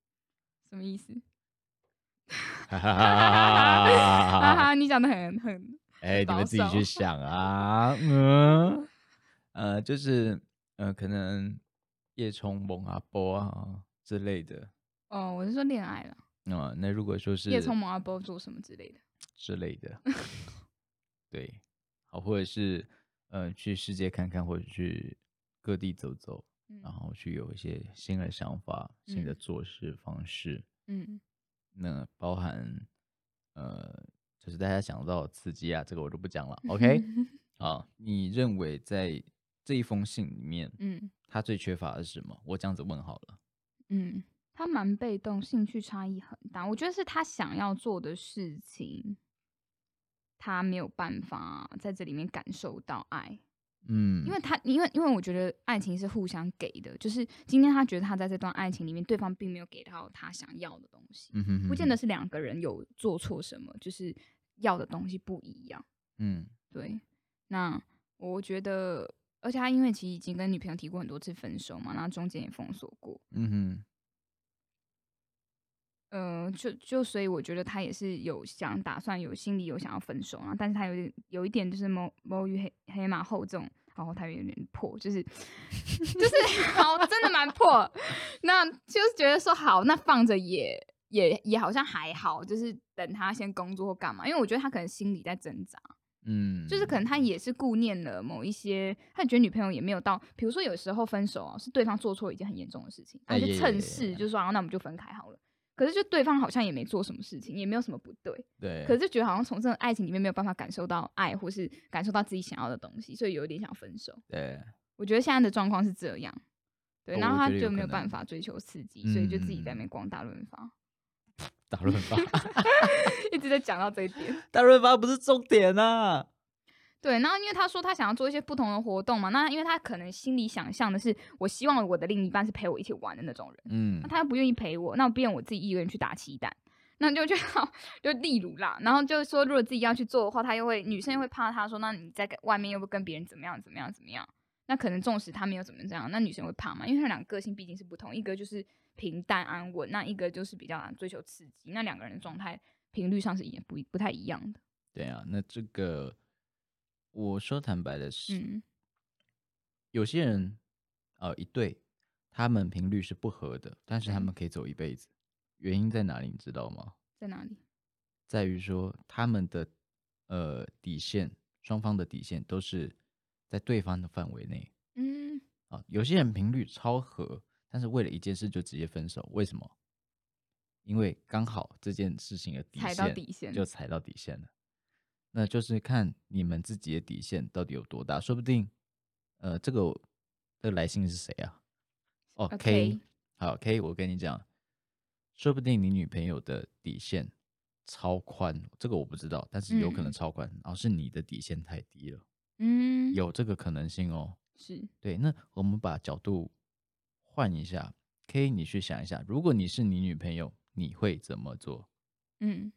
什么意思？
哈
哈
哈
哈，你讲的很很，
哎，你
保
们自己
守
去想啊。嗯，呃，就是呃，可能夜冲猛啊、波啊之类的。
哦，我是说恋爱了，
啊、那如果说是
夜冲啊蒙阿波做什么之类的。
之类的，对，好，或者是呃，去世界看看，或者去各地走走，然后去有一些新的想法、新的
嗯
做事方式。
嗯
那包含呃，就是大家想到的刺激啊，这个我就不 讲了。OK，好，
嗯
你认为在这一封信里面，
嗯
他最缺乏的是什么？我这样子问好了。
嗯，他蛮被动，兴趣差异很大。我觉得是他想要做的事情，他没有办法在这里面感受到爱。
嗯，
因为他，因为因为我觉得爱情是互相给的，就是今天他觉得他在这段爱情里面，对方并没有给到他想要的东西，
嗯哼
不见得
哼
是两个人有做错什么，就是要的东西不一样。
嗯
对，那我觉得而且他因为其实已经跟女朋友提过很多次分手嘛，然后中间也封锁过，
嗯哼，
呃，就就所以我觉得他也是有想打算有心里有想要分手，然啊后但是他有点有一点就是谋谋于黑黑马后这种，然后他有点破，就是就是好真的蛮破，那就是觉得说好那放着也也也好像还好，就是等他先工作或干嘛，因为我觉得他可能心里在挣扎，
嗯，
就是可能他也是顾念了某一些，他觉得女朋友也没有到，比如说有时候分手啊是对方做错一件很严重的事情，他
哎
就
呀呀呀
趁
呀
势
呀
就说、啊、那我们就分开好了。可是就对方好像也没做什么事情，也没有什么不对，
对，
可是觉得好像从这种爱情里面没有办法感受到爱，或是感受到自己想要的东西，所以有一点想分手。
对，
我觉得现在的状况是这样，对，
哦
然后
我
他
觉得
就
有
没
可
有办
能
法追求刺激，所以就自己在那
嗯
边逛大润发，
大润发，
一直在讲到这一点。
大润发不是重点啊。
对，然后因为他说他想要做一些不同的活动嘛，那因为他可能心里想象的是，我希望我的另一半是陪我一起玩的那种人，
嗯
那，他又不愿意陪我，那我便我自己一个人去打气弹，那就就 就例如啦，然后就是说如果自己要去做的话，他又会女生又会怕他说，那你在跟外面又不跟别人怎么样怎么样怎么样，那可能纵使他没有怎么这样，那女生会怕嘛，因为他们两个个性毕竟是不同，一个就是平淡安稳，那一个就是比较追求刺激，那两个人的状态频率上是也不不太一样的，
对啊，那这个我说坦白的是，
嗯
有些人呃一对，他们频率是不合的，但是他
对
们可以走一辈子，原因在哪里你知道吗？
在哪里？
在于说他们的呃底线，双方的底线都是在对方的范围内
嗯。
啊。有些人频率超合，但是为了一件事就直接分手，为什么？因为刚好这件事情的底
踩
线
到底线
就踩到底线了。那就是看你们自己的底线到底有多大，说不定，呃，这个我这个来信是谁啊？哦
OK
K，好 K，我跟你讲，说不定你女朋友的底线超宽，这个我不知道，但是有
嗯
可
嗯
能超宽，然后是你的底线太低了，
嗯，
有这个可能性哦。
是，
对，那我们把角度换一下，K，你去想一下，如果你是你女朋友，你会怎么做？
嗯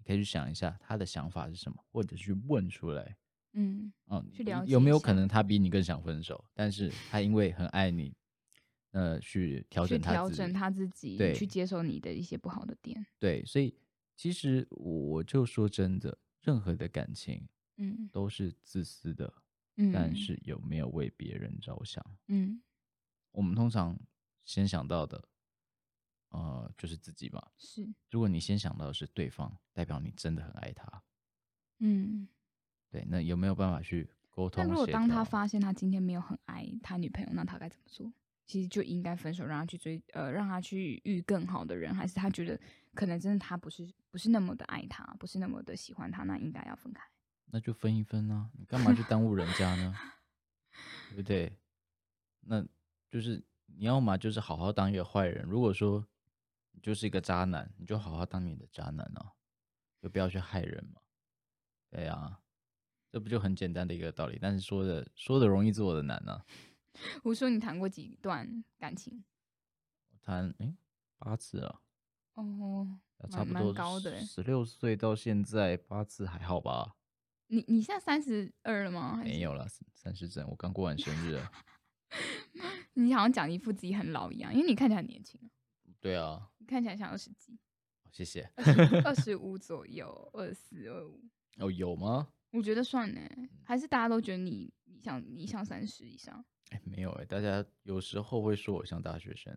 你可以去想一下她的想法是什么，或者去问出来。
嗯，
嗯，
去了
有
解
有
一
没有
下
可能他比你更想分手，但是他因为很爱你，呃，去调
去
整他
调
自
整
己
他自己，
对
去接受你的一些不好的点，
对，所以其实我就说真的，任何的感情
嗯
都是自私的，
嗯，
但是有没有为别人着想？
嗯
我们通常先想到的，呃，就是自己嘛。
是，
如果你先想到的是对方，代表你真的很爱他。
嗯，
对，那有没有办法去沟通
但
协调？
如果当他发现他今天没有很爱他女朋友，那他该怎么做？其实就应该分手，让他去追，呃，让他去遇更好的人，还是他觉得可能真的他不是不是那么的爱他，不是那么的喜欢他，那应该要分开。
那就分一分啊，你干嘛去耽误人家呢？对不对？那就是你要嘛就是好好当一个坏人。如果说你就是一个渣男，你就好好当你的渣男啊，就不要去害人嘛。对啊，这不就很简单的一个道理？但是说的说的容易，做的难啊。
胡说，你谈过几段感情？
谈诶八次啊，
哦，
差
蛮
不
蛮
多
高的欸
十六岁到现在八次还好吧？
你你现在三十二了吗？还是
没有啦，三十整，我刚过完生日啊。
你好像讲一副自己很老一样，因为你看起来很年轻啊，
对啊，
你看起来像二十几，
谢谢。
二十五左右，二四二五，
哦，有吗？
我觉得算呢，
嗯
还是大家都觉得你你像你像三十以上，
哎，没有哎、大家有时候会说我像大学生，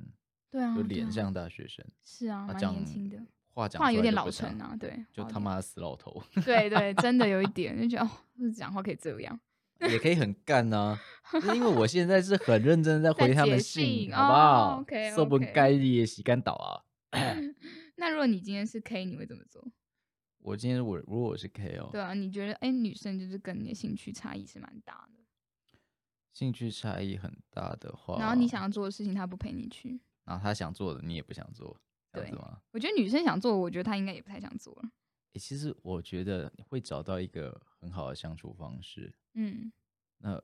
对啊，
就
对啊
脸像大学生，
是啊，
啊
蛮
讲
年轻的，
话讲
话
出
有
来
点
就
老
不像
成啊，对，
就
话有
他
点，
妈死 老头，
对对，真的有一点，就觉得哦，这讲话可以这样，
也可以很干呐、就是因为我现在是很认真地在
在
回他
解
们
信
信，
哦
好不好？
，OK，
受不
OK
该也洗干倒啊！
那如果你今天是 K，你会怎么做？
我今天我如果我是 K 哦，
对啊，你觉得哎，女生就是跟你的兴趣差异是蛮大的，
兴趣差异很大的话，
然后你想，要做的事情，她不陪你去，
然后他想做的你也不想做，这样
对
子吗？
我觉得女生想做，我觉得她应该也不太想做了，
诶其实我觉得会找到一个很好的相处方式，
嗯。
那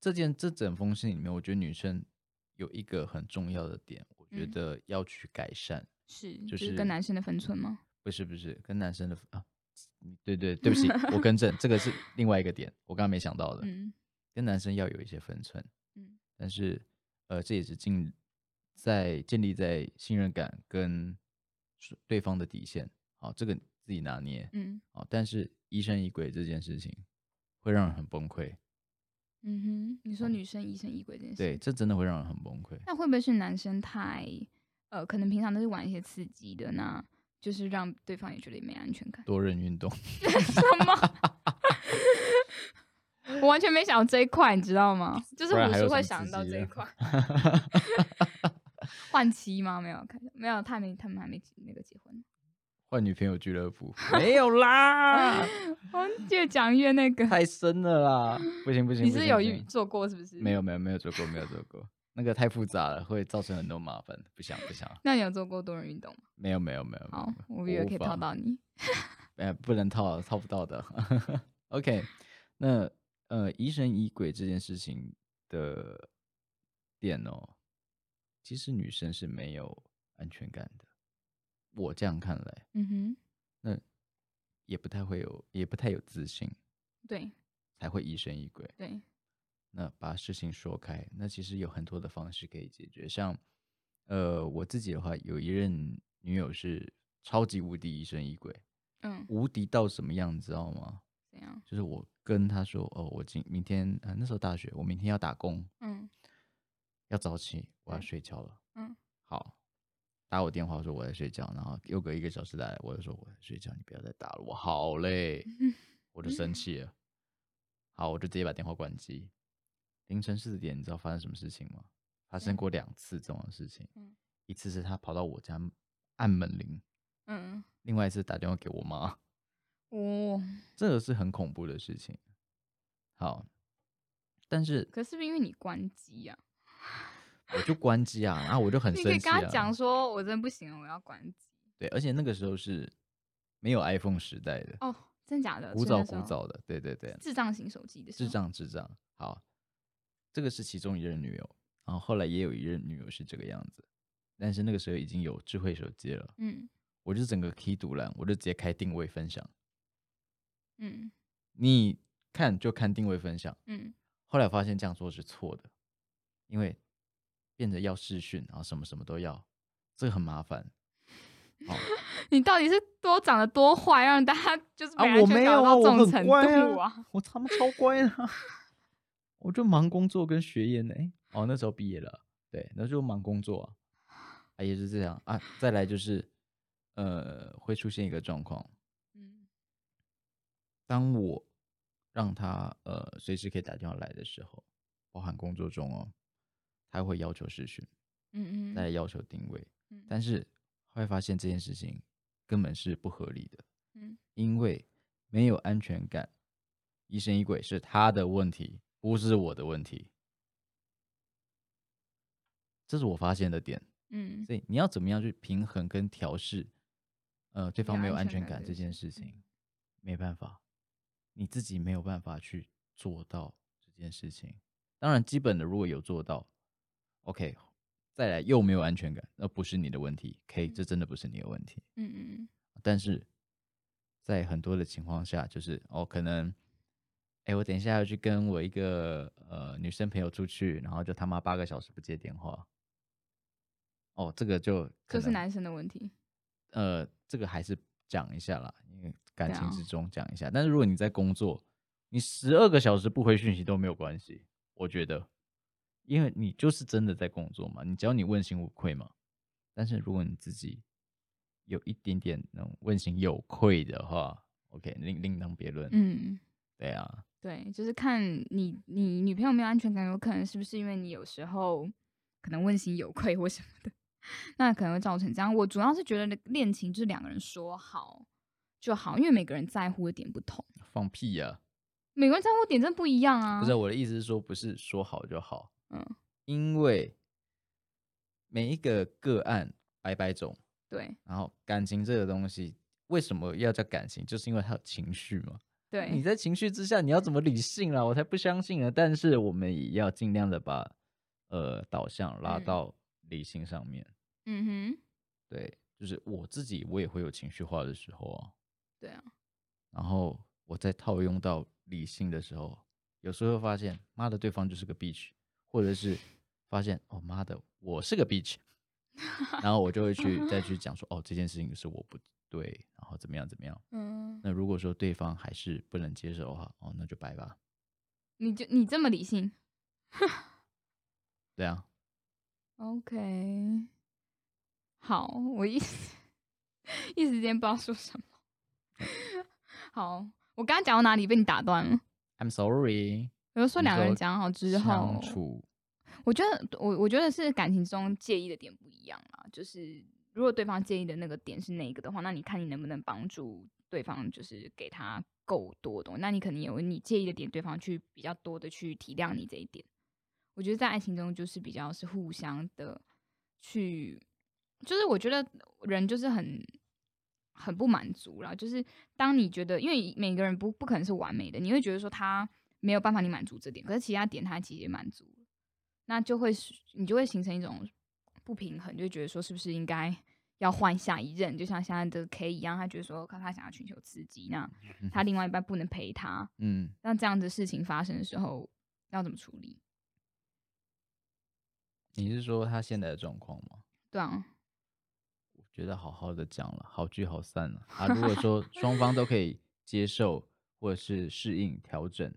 这件这整封信里面，我觉得女生有一个很重要的点，我觉
嗯
得要去改善，
是，
就
跟
是
男生的分寸吗？
不是不是跟男生的 啊，嗯对对对不起，我更正，这个是另外一个点，我刚刚没想到的。
嗯
跟男生要有一些分寸，
嗯，
但是呃，这也是尽在建立在信任感跟是对方的底线，好，这个自己拿捏，
嗯
好，但是疑神疑鬼这件事情会让人很崩溃，
嗯哼，你说
哦
女生疑神疑鬼这件事，
对，这真的会让人很 崩溃，
那会不会是男生太呃，可能平常都是玩一些刺激的，那就是让对方也觉得没安全感？
多人运动，
什么？我完全没想到这一块，你知道吗？就是
不然
我
还
是
有
会
什
想
么刺
到
激
这一
的
块。 换妻吗？没有，看没有，他还没，他们还没那个结 婚。
换女朋友俱 乐部没有啦，
我们哦越讲越那个。
太深了 啦，不行不行，
你
不
是
行
有
不
遇
行
做过是不是？
没有。没有没有做过没有做过，那个太复杂了，会造成很多麻烦，不想不想，
那你有做过多人运动吗？
没有没有没有，没有
好，我
嗯无
以为可以
法
套到你。
呃，不能套啊，套不到的。OK，那呃，疑神疑鬼这件事情的点哦，其实女生是没有安全感的。我这样看来，
嗯哼，
那也不太会有，也不太有自信，
对
才会疑神疑鬼。
对，
那把事情说开，那其实有很多的方式可以解决。像呃，我自己的话，有一任女友是超级无敌疑神疑鬼，
嗯，
无敌到什么样，你知道吗？
怎样？
就是我跟他说，哦，我今明天啊、呃那时候大学，我明天要打工，
嗯
要早起，我要
对
睡觉了。
嗯，
好，打我电话说我在睡觉，然后又隔一个小时打来，我就说我在睡觉，你不要再打了，我好 累，我就生气了。好，我就直接把电话关机。凌晨四点，你知道发生什么事情吗？发生
样
过两次这种事情，
嗯
一次是他跑到我家按门铃，
嗯，
另外一次打电话给我妈。
哦，
这个是很恐怖的事情。好，但是
可是不是因为你关机啊？
我就关机啊，然后我就很
你
生
可以
气、
跟
啊。
他讲说，我真的不行了，我要关机。
对，而且那个时候是没有 iPhone 时代的，
哦，真假的？
古
所以
早
那时
古
候
早的，对对对，
智障型手机的时
智
候，
障智障。好，这个是其中一任女友，然后后来也有一任女友是这个样子，但是那个时候已经有智慧手机了，
嗯
我就整个 key 独揽，我就直接开定位分享，
嗯
你看就看定位分享。
嗯
后来发现这样做是错的，因为变得要视讯，然后什么什么都要，这个很麻烦。好
你到底是多长得多坏，让大家就是
啊
没安全感到这种程度啊？，
我他妈 超乖的啊、我就忙工作跟学业呢。诶哦，那时候毕业了，对，那就忙 工作啊，啊也是这样啊。再来就是，呃，会出现一个状况，
嗯
当我让他呃随时可以打电话来的时候，包含工作中哦，他会要求视讯。
嗯
再来
嗯
要求定位。
嗯
但是会发现这件事情根本是不合理的，
嗯
因为没有安全感，疑神疑鬼是他的问题，不是我的问题。这是我发现的点，
嗯
所以你要怎么样去平衡跟调试，呃，对
没
方
有
没有
安
安
全
全
感
感
这
这
件
件
事
事
情
情，没办法，你自己没有办法去做到这件事情。当然，基本的如果有做到，OK，再来又没有安全感，那不是你的问题，K，这真的不是你的问题。
嗯嗯
但是在很多的情况下，就是哦，可能，哎，我等一下要去跟我一个呃女生朋友出去，然后就他妈八个小时不接电话，哦，这个就可
就是
能
男生的问题。
呃，这个还是讲一下啦，因为感
对
情
啊
之中讲一下。但是如果你在工作，你十二个小时不回讯息都没有关系，我觉得，因为你就是真的在工作嘛，你只要你问心无愧嘛。但是如果你自己有一点点那种问心有愧的话，OK，另另当别论。，
嗯，
对啊，
对，就是看你你女朋友没有安全感，有可能是不是因为你有时候可能问心有愧或什么的， 那可能会造成这样。我主要是觉得恋情就是两个人说好就好，因为每个人在乎的点不同，
放屁呀、
每个人在乎的点真的不一样啊。
不是我的意思是说，不是说好就好，
嗯，
因为每一个个案百百种。
对
然后感情这个东西，为什么要叫感情？就是因为它有情绪嘛。
对，
你在情绪之下，你要怎么理性啊啦？我才不相信呢。但是我们也要尽量的把呃导向拉
嗯
到理性上面。
嗯哼，
对，就是我自己，我也会有情绪化的时候啊。
对啊，
然后我在套用到理性的时候，有时候会发现，妈的，对方就是个 bitch，或者是发现，哦妈的，我是 个 bitch，然后我就会去再去讲说，哦，这件事情是我不对，然后怎么样怎么样。
嗯，
那如果说对方还是不能接受的话，哦，那就拜吧。
你就你这么理性
对啊，
，OK，好，我一 时一时间不知道说什么。 好，我刚刚讲到哪里被你打断了？
I'm sorry。
我就说
你
两个人
说
讲好之后
相，处，
我觉得我我觉得是感情中介意的点不一样啦，就是如果对方介意的那个点是那一个的话，那你看你能不能帮助对方，就是给他够多的东西。那你可能有你介意的点，对方去比较多的去体谅你这一点。我觉得在爱情中就是比较是互相的去，就是我觉得人就是很很不满足啦，就是当你觉得，因为每个人不不可能是完美的，你会觉得说他没有办法你满足这点，可是其他点他其实也满足了，那就会是你就会形成一种不平衡，就会觉得说是不是应该要换下一任，就像现在的 K 一样，他觉得说看他想要寻求刺激，那他另外一半不能陪他，
嗯，
那这样的事情发生的时候要怎么处理？
你是说他现在的状况吗？
对啊，
我觉得好好的讲了，好聚好散了啊。如果说双方都可以接受或者是适应调整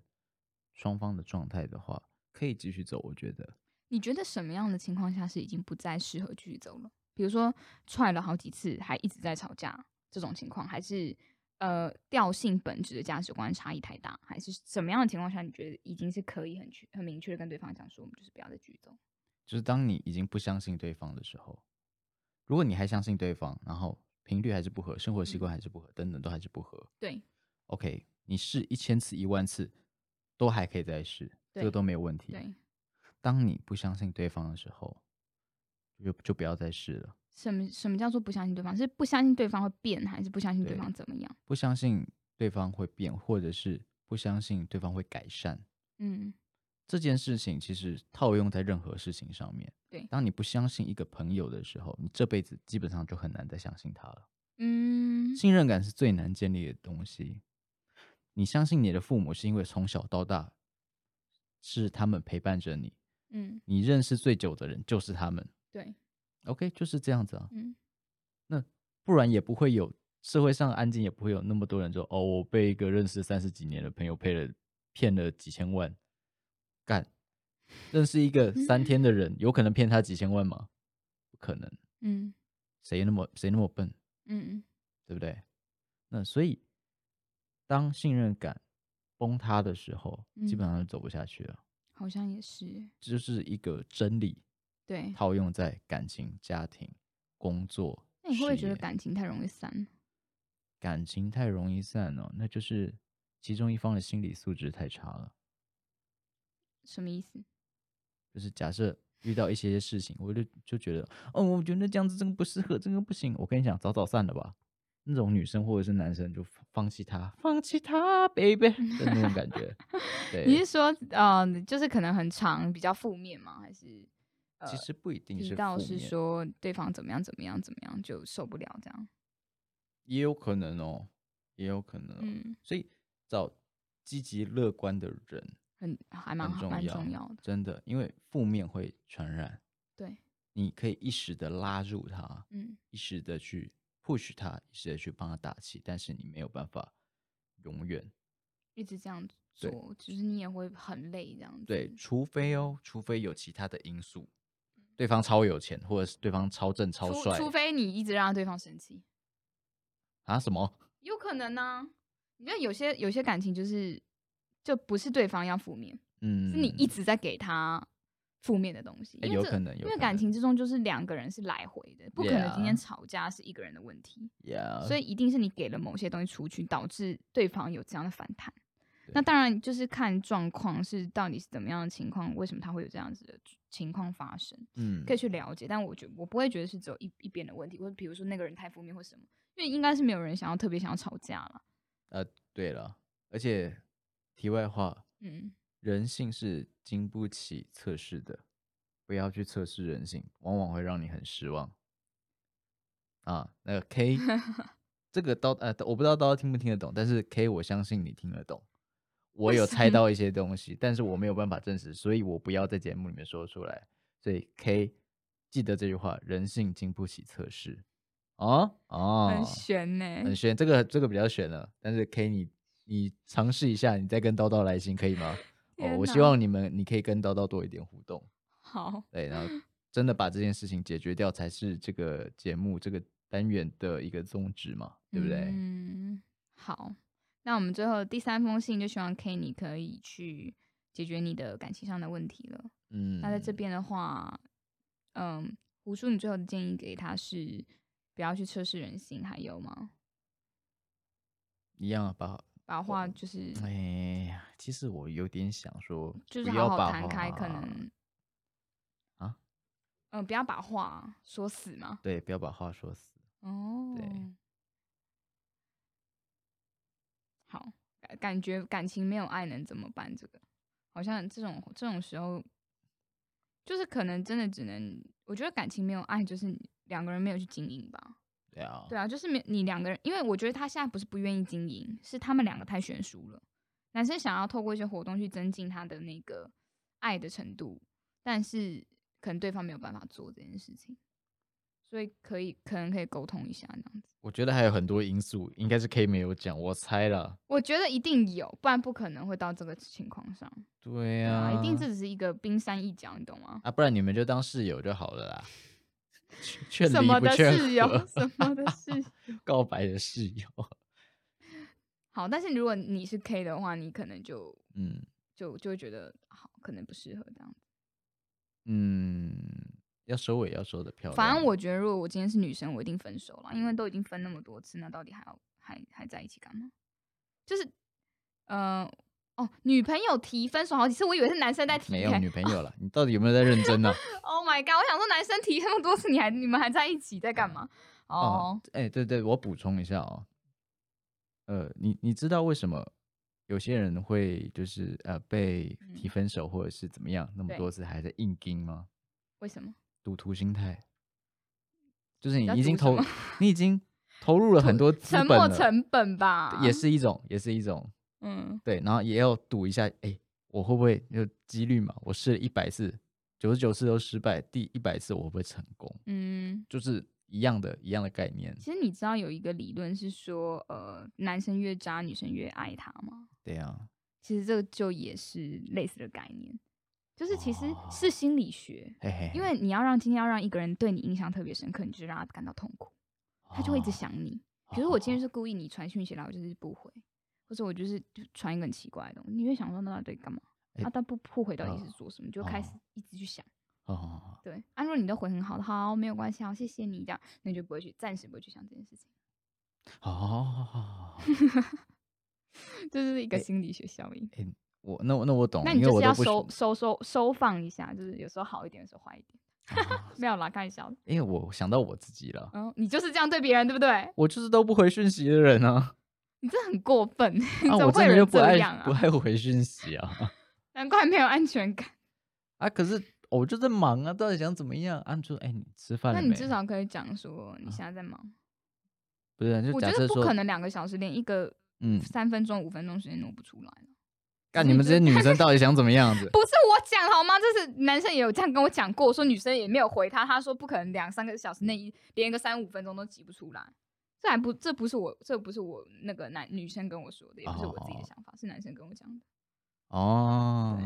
双方的状态的话，可以继续走。我觉得
你觉得什么样的情况下是已经不再适合继续走了？比如说踹了好几次，还一直在吵架这种情况，还是呃调性本质的价值观差异太大，还是什么样的情况下你觉得已经是可以很去很明确的跟对方讲说，我们就是不要再继续走？
就是当你已经不相信对方的时候，如果你还相信对方，然后频率还是不合，生活习惯还是不合，等等都还是不合
对，
，OK，你试一千次、一万次都还可以再试，这个
对
都没有问题。
对，
当你不相信对方的时候，就就不要再试了。
什么什么叫做不相信对方？是不相信对方会变，还是不相信嗯对
对
方怎么样？
不相信对方会变，或者是不相信对方会改善
嗯，
这件事情，其实套用在任何事情上面。
对
当你不相信一个朋友的时候，你这辈子基本上就很难再相信他了。
嗯，
信任感是最难建立的东西。你相信你的父母，是因为从小到大是他们陪伴着你，
嗯，
你认识最久的人就是他们。
对，
OK，就是这样子啊，
嗯，
不然也不会有社会上的安静，也不会有那么多人说哦，我被一个认识三十几年的朋友骗了骗了几千万，干，认识一个三天的人，有可能骗他几千万吗？不可能，
嗯，
谁那么谁那么笨，
嗯，
对不对？那所以，当信任感崩塌的时候，基
嗯
本上就走不下去了。
好像也是，
这就是一个真理，
对。
套用在感情、家庭、工作。
那你会不会觉得
事业
感情太容易散了？
感情太容易散了、那就是其中一方的心理素质太差了。
什么意思？
就是假设遇到一些事情，我就就觉得，哦，我觉得这样子真的不适合，这个不行。我跟你讲，早早散了吧。那种女生或者是男生就放放弃他，放弃他，baby 的那种感觉。
你
对
是，说，呃，就是可能很长，比较负面吗？还是
其实不一定
呃提
是
到
负
是
面
说对方怎么样怎么样怎么样就受不了这样？
也有可能哦，也有可能哦、
嗯，
所以找积极乐观的人
很还蛮
很
好，
重
蛮
要，
重要的。
真的，因为负面会传染。
对，
你可以一时的拉住他，
嗯
一时的去 push 他，一时的去帮他打气，但是你没有办法永远
一直这样
对
做，就是你也会很累这样子。
对，除非哦，除非有其他的因素，对方超有钱，或者是对方超正超
嗯除
帅
除非你一直让对方生气，
啊什么？
有可能呢、啊你看有些有些感情就是就不是对方要负面，
嗯，
是你一直在给他负面的东西，
哎
因为
有
这
可能
因
有
为
可
感
能
情之中就是两个人是来回的，不可能今天
Yeah 呃
吵架是一个人的问题
yeah，
所以一定是你给了某些东西出去，导致对方有这样的反弹。
对
那当然就是看状况是到底是怎么样的情况，为什么他会有这样子的情况发生，
嗯
可以去了解。但我觉我不会觉得是只有一一边的问题，或者比如说那个人太负面或什么，因为应该是没有人想要特别想要吵架了。
呃对了，而且题外话，
嗯，
人性是经不起测试的，不要去测试人性，往往会让你很失望。啊，那个 K，这个刀呃，我不知道刀听不听得懂，但是 K 我相信你听得懂。我有猜到一些东西，但是我没有办法证实，所以我不要在节目里面说出来。所以 K 记得这句话：人性经不起测试。哦哦，
很悬呢、
很悬，这个这个比较悬了。但是 K 你你尝试一下，你再跟叨叨来信可以吗？哦，
天
我希
哪
望你们你可以跟叨叨多一点互动，
好，
对，然后真的把这件事情解决掉，才是这个节目这个单元的一个宗旨嘛，对不对？
嗯，好。那我们最后第三封信就希望 K 你可以去解决你的感情上的问题了。
嗯，
那在这边的话，嗯，胡叔，你最后的建议给他是不要去测试人性，还有吗？
一样啊把
把话就是
哎呀，其实我有点想说，
嗯就是
不
好
要
好
把
谈开，可
话
能
啊，
嗯、不要把话说死嘛。
对，不要把话说死。
哦，好，感感觉感情没有爱能怎么办？这个好像这种这种时候，就是可能真的只能，我觉得感情没有爱，就是两个人没有去经营吧。
对啊，
对啊，就是没你两个人，因为我觉得他现在不是不愿意经营，是他们两个太悬殊了。男生想要透过一些活动去增进他的那个爱的程度，但是可能对方没有办法做这件事情，所以可以可能可以沟通一下这样子。
我觉得还有很多因素，应该是 K 没有讲，我猜了。
我觉得一定有，不然不可能会到这个情况上。
对
对
啊，
啊，一定这只是一个冰山一角，你懂吗？
啊，不然你们就当室友就好了啦。劝
什
离
么
不
的
劝
室友，
和
什么的室友。
告白的室友，
好，但是如果你是 K 的话，你可能就
嗯
就就会觉得好，可能不适合这样子。
嗯，要收尾要收的漂亮。
反正我觉得，如果我今天是女生，我一定分手了，因为都已经分那么多次，那到底还要还还在一起干嘛？就是，呃，哦，女朋友提分手好几次，我以为是男生在提、
没有女朋 友了，你到底有没有在认真呢、啊？
Oh my god！我想说，男生提那么多次，你还你们还在一起，在
嗯
干嘛？ 哦
哦，，哎，对对，我补充一下哦。呃，你你知道为什么有些人会就是呃被提
嗯
分手或者是怎么样那么
对
多次还在硬盯吗？
为什么？
赌徒心态，就是你
要
已经
赌什
投
么，
你已经投入了很多资
沉
本
没
了
成本吧，
也，是一种，也是一种，
嗯，
对，然后也要赌一下，哎，我会不会有几率嘛？我试了一百次，九十九次都失败，第一百次我会不会成功？
嗯，
就是一样的，一样的概念。
其实你知道有一个理论是说，呃，男生越渣，女生越爱他吗？
对啊，
其实这个就也是类似的概念，就是其实
哦
是心理学，
嘿嘿嘿，
因为你要让今天要让一个人对你印象特别深刻，你就让他感到痛苦，他就会一直
哦
想你。
哦
比如我今天是故意你传讯息来，我就是不回，或者我就是就传一个很奇怪的东西，你会想说那到底干嘛？
哎
啊，但不不回到底
哦
是做什么，你就开始
哦
一直去想。
哦哦哦
对，啊，如果你都回很好的，好，没有关系，好，谢谢你这样，那你就不会去暂时不会去想这件事情，
哦，
这就是一个
哎
心理学效应。
我那我那我懂，
那
哦因
你
为
就是
我都
要收
不熟，
收收收放一下，就是有时候好一点，有时候坏一点。
啊
没有啦，开玩笑的。
因为我想到我自己了，
嗯，你就是这样对别人，对不对？
我就是都不回讯息的人啊，
你这很过分，你
啊，
怎么
我
会
真
有人
的就不
这
爱
样
不
啊？
爱回讯息啊
难怪没有安全感。
啊！可是我就在忙啊，到底想怎么样？啊，你说哎，你吃饭
那
了
你
没？
至少可以讲说你现在在忙。
不是，啊就
我
假
觉
设
得不
说
可，能两个小时连一个
嗯，
三分钟、五分钟时间挪不出来了。
干
是
你们
就
这些
是
女生到底想怎么样 子？
不是我讲好吗？这是男生也有这样跟我讲过，说女生也没有回他，他说不可能两三个小时内一连一个三五分钟都挤不出来。这还不这不是我这不是我那个男女生跟我说的，也不是我自己的
哦
想法，是男生跟我讲的。
哦，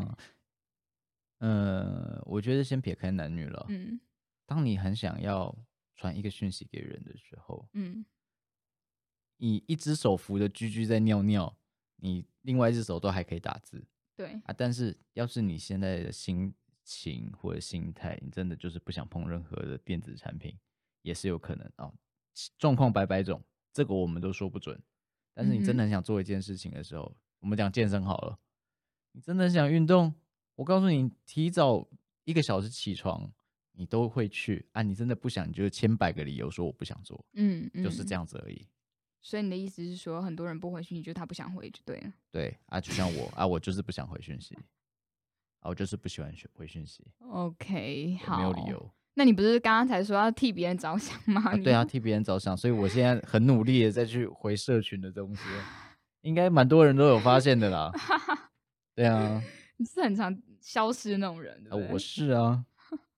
呃，我觉得先撇开男女了，
嗯
当你很想要传一个讯息给人的时候，
嗯，
你一只手扶着居居在尿尿，你另外一只手都还可以打字
对，
啊。但是要是你现在的心情或者心态，你真的就是不想碰任何的电子产品，也是有可能哦。状况百百种，这个我们都说不准。但是你
嗯
真的很想做一件事情的时候，我们讲健身好了，你真的很想运动，我告诉你，提早一个小时起床，你都会去啊。你真的不想，你就千百个理由说我不想做，
嗯，嗯
就是这。样子而已。
所以你的意思是说，很多人不回讯息，就是他不想回，就对了。
对啊，就像我啊，我就是不想回讯息，啊，我就是不喜欢讯回讯息，
OK，
也
好，
没有理。由
那你不是刚刚才说要替别人着想吗？
啊。
你
对啊，，替别人着想，所以我现在 很努力的再去回社群的东西，应该蛮多人都有发现的啦。对啊，
你是很常消失那种人，对
啊
不对？
我是啊，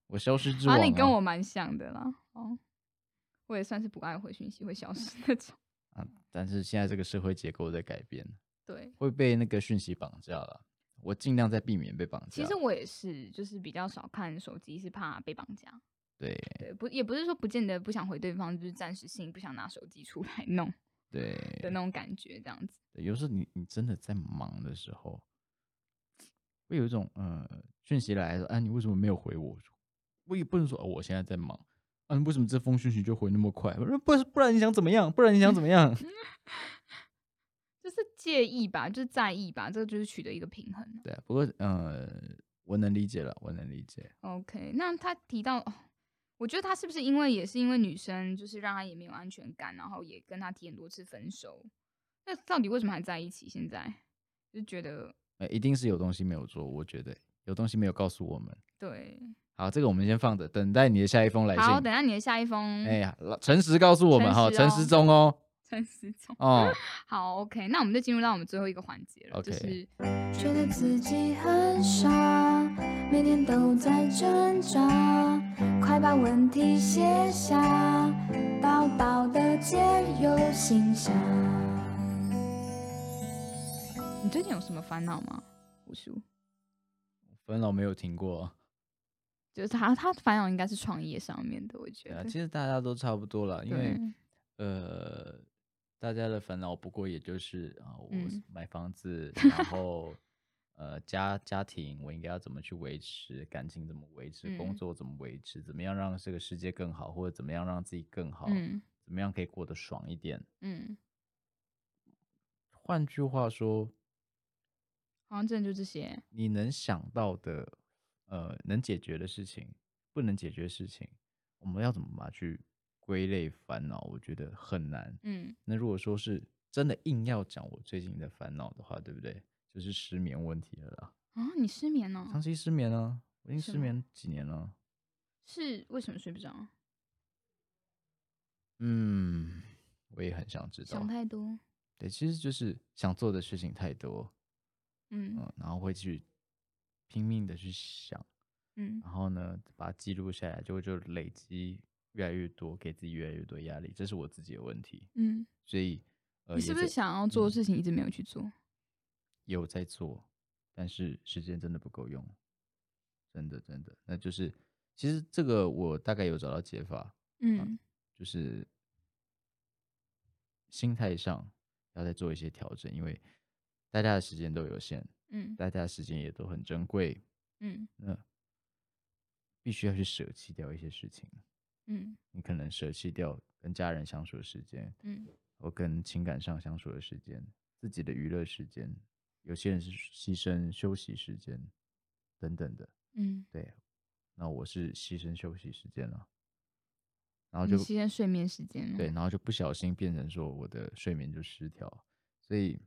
我 消失之
啊，
王、
你跟我蛮像的啦。哦，我也算是不爱回讯息会消失那种。
啊，但是现在这个社会结构在改变，
对，
会被那个讯息绑架了。我尽量在避免被绑架。
其实我也是，就是比较少看手机，是怕被绑架。
对
对，不也不是说不见得不想回对方，就是暂时性不想拿手机出来弄
对
的那种感觉，这样子。
对，有时候你你真的在忙的时候，会有一种呃讯息来说，哎、啊，你为什么没有回我？我也不能说、哦、我现在在忙，啊，你为什么这封讯息就回那么快？我说不是，不然你想怎么样？不然你想怎么样？
嗯就是介意吧，就是在意吧，这个就是取得一个平衡。
对啊，不过呃，我能理解了，我能理解。
OK，那他提到，哦我觉得他是不是因为也是因为女生，就是让他也没有安全感，然后也跟他提很多次分手，那到底为什么还在一起？现在就觉得
呃，一定是有东西没有做，我觉得有东西没有告诉我们。
对。
好，这个我们先放着，等待你的下一封来信。
好，等一下你的下一封，
哎呀，老诚实告诉我们哈，
诚
诚
实哦
实中哦，
陈思聪。
哦，
好，OK，那我们就进入到我们最后一个环节了
OK
就是
觉得自己很傻，每天都在挣扎，快把问题写下，薄薄的解忧信箱。
你最近有什么烦恼吗？吴叔，
分老没有听过。哦
就是他他烦恼应该是创业上面的，我觉
对啊，
得。
其实大家都差不多了，因为
对
呃，大家的烦恼不过也就是啊，我
嗯
买房子， 然后呃家家庭我应该要怎么去维持，感情怎么维持，工
嗯
作怎么维持，怎么样让这个世界更好，或者怎么样让自己更好，
嗯
怎么样可以过得爽一点。
嗯，
换句话说，
好像真的就这些。
你能想到的，呃，能解决的事情，不能解决的事情，我们要怎么把它去归类烦恼？我觉得很难。
嗯
那如果说是真的硬要讲我最近的烦恼的话，对不对？就是失眠问题了啦，
啊，你失眠呢、
长期失眠啊，我已经
是
失
吗
眠几年了。啊
是为什么睡不着？
嗯，我也很想知道
想。太多。
对，其实就是想做的事情太多，
嗯
嗯，然后会去拼命的去想，
嗯
然后呢，把它记录下来，就就累积越来越多，给自己越来越多压力，这是我自己的问题。
嗯，
所以，呃，
你
也啊
是不是
在
想要做的事情一直没有去做？
有在做，但是时间真的不够用，真的真的，那就是其实这个我大概有找到解法，
嗯
就是心态上要再做一些调整，因为大家的时间都有限，
嗯
大家的时间也都很珍贵，
嗯
那必须要去舍弃掉一些事情。
嗯
你可能舍弃掉跟家人相处的时间，
嗯
我跟情感上相处的时间，自己的娱乐时间，有些人是牺牲休息时间等等的。
嗯，
对，那我是牺牲休息时间了，然后
你
就
牺牲睡眠时间了。
对，，然后就不小心变成说我的睡眠就失调，所以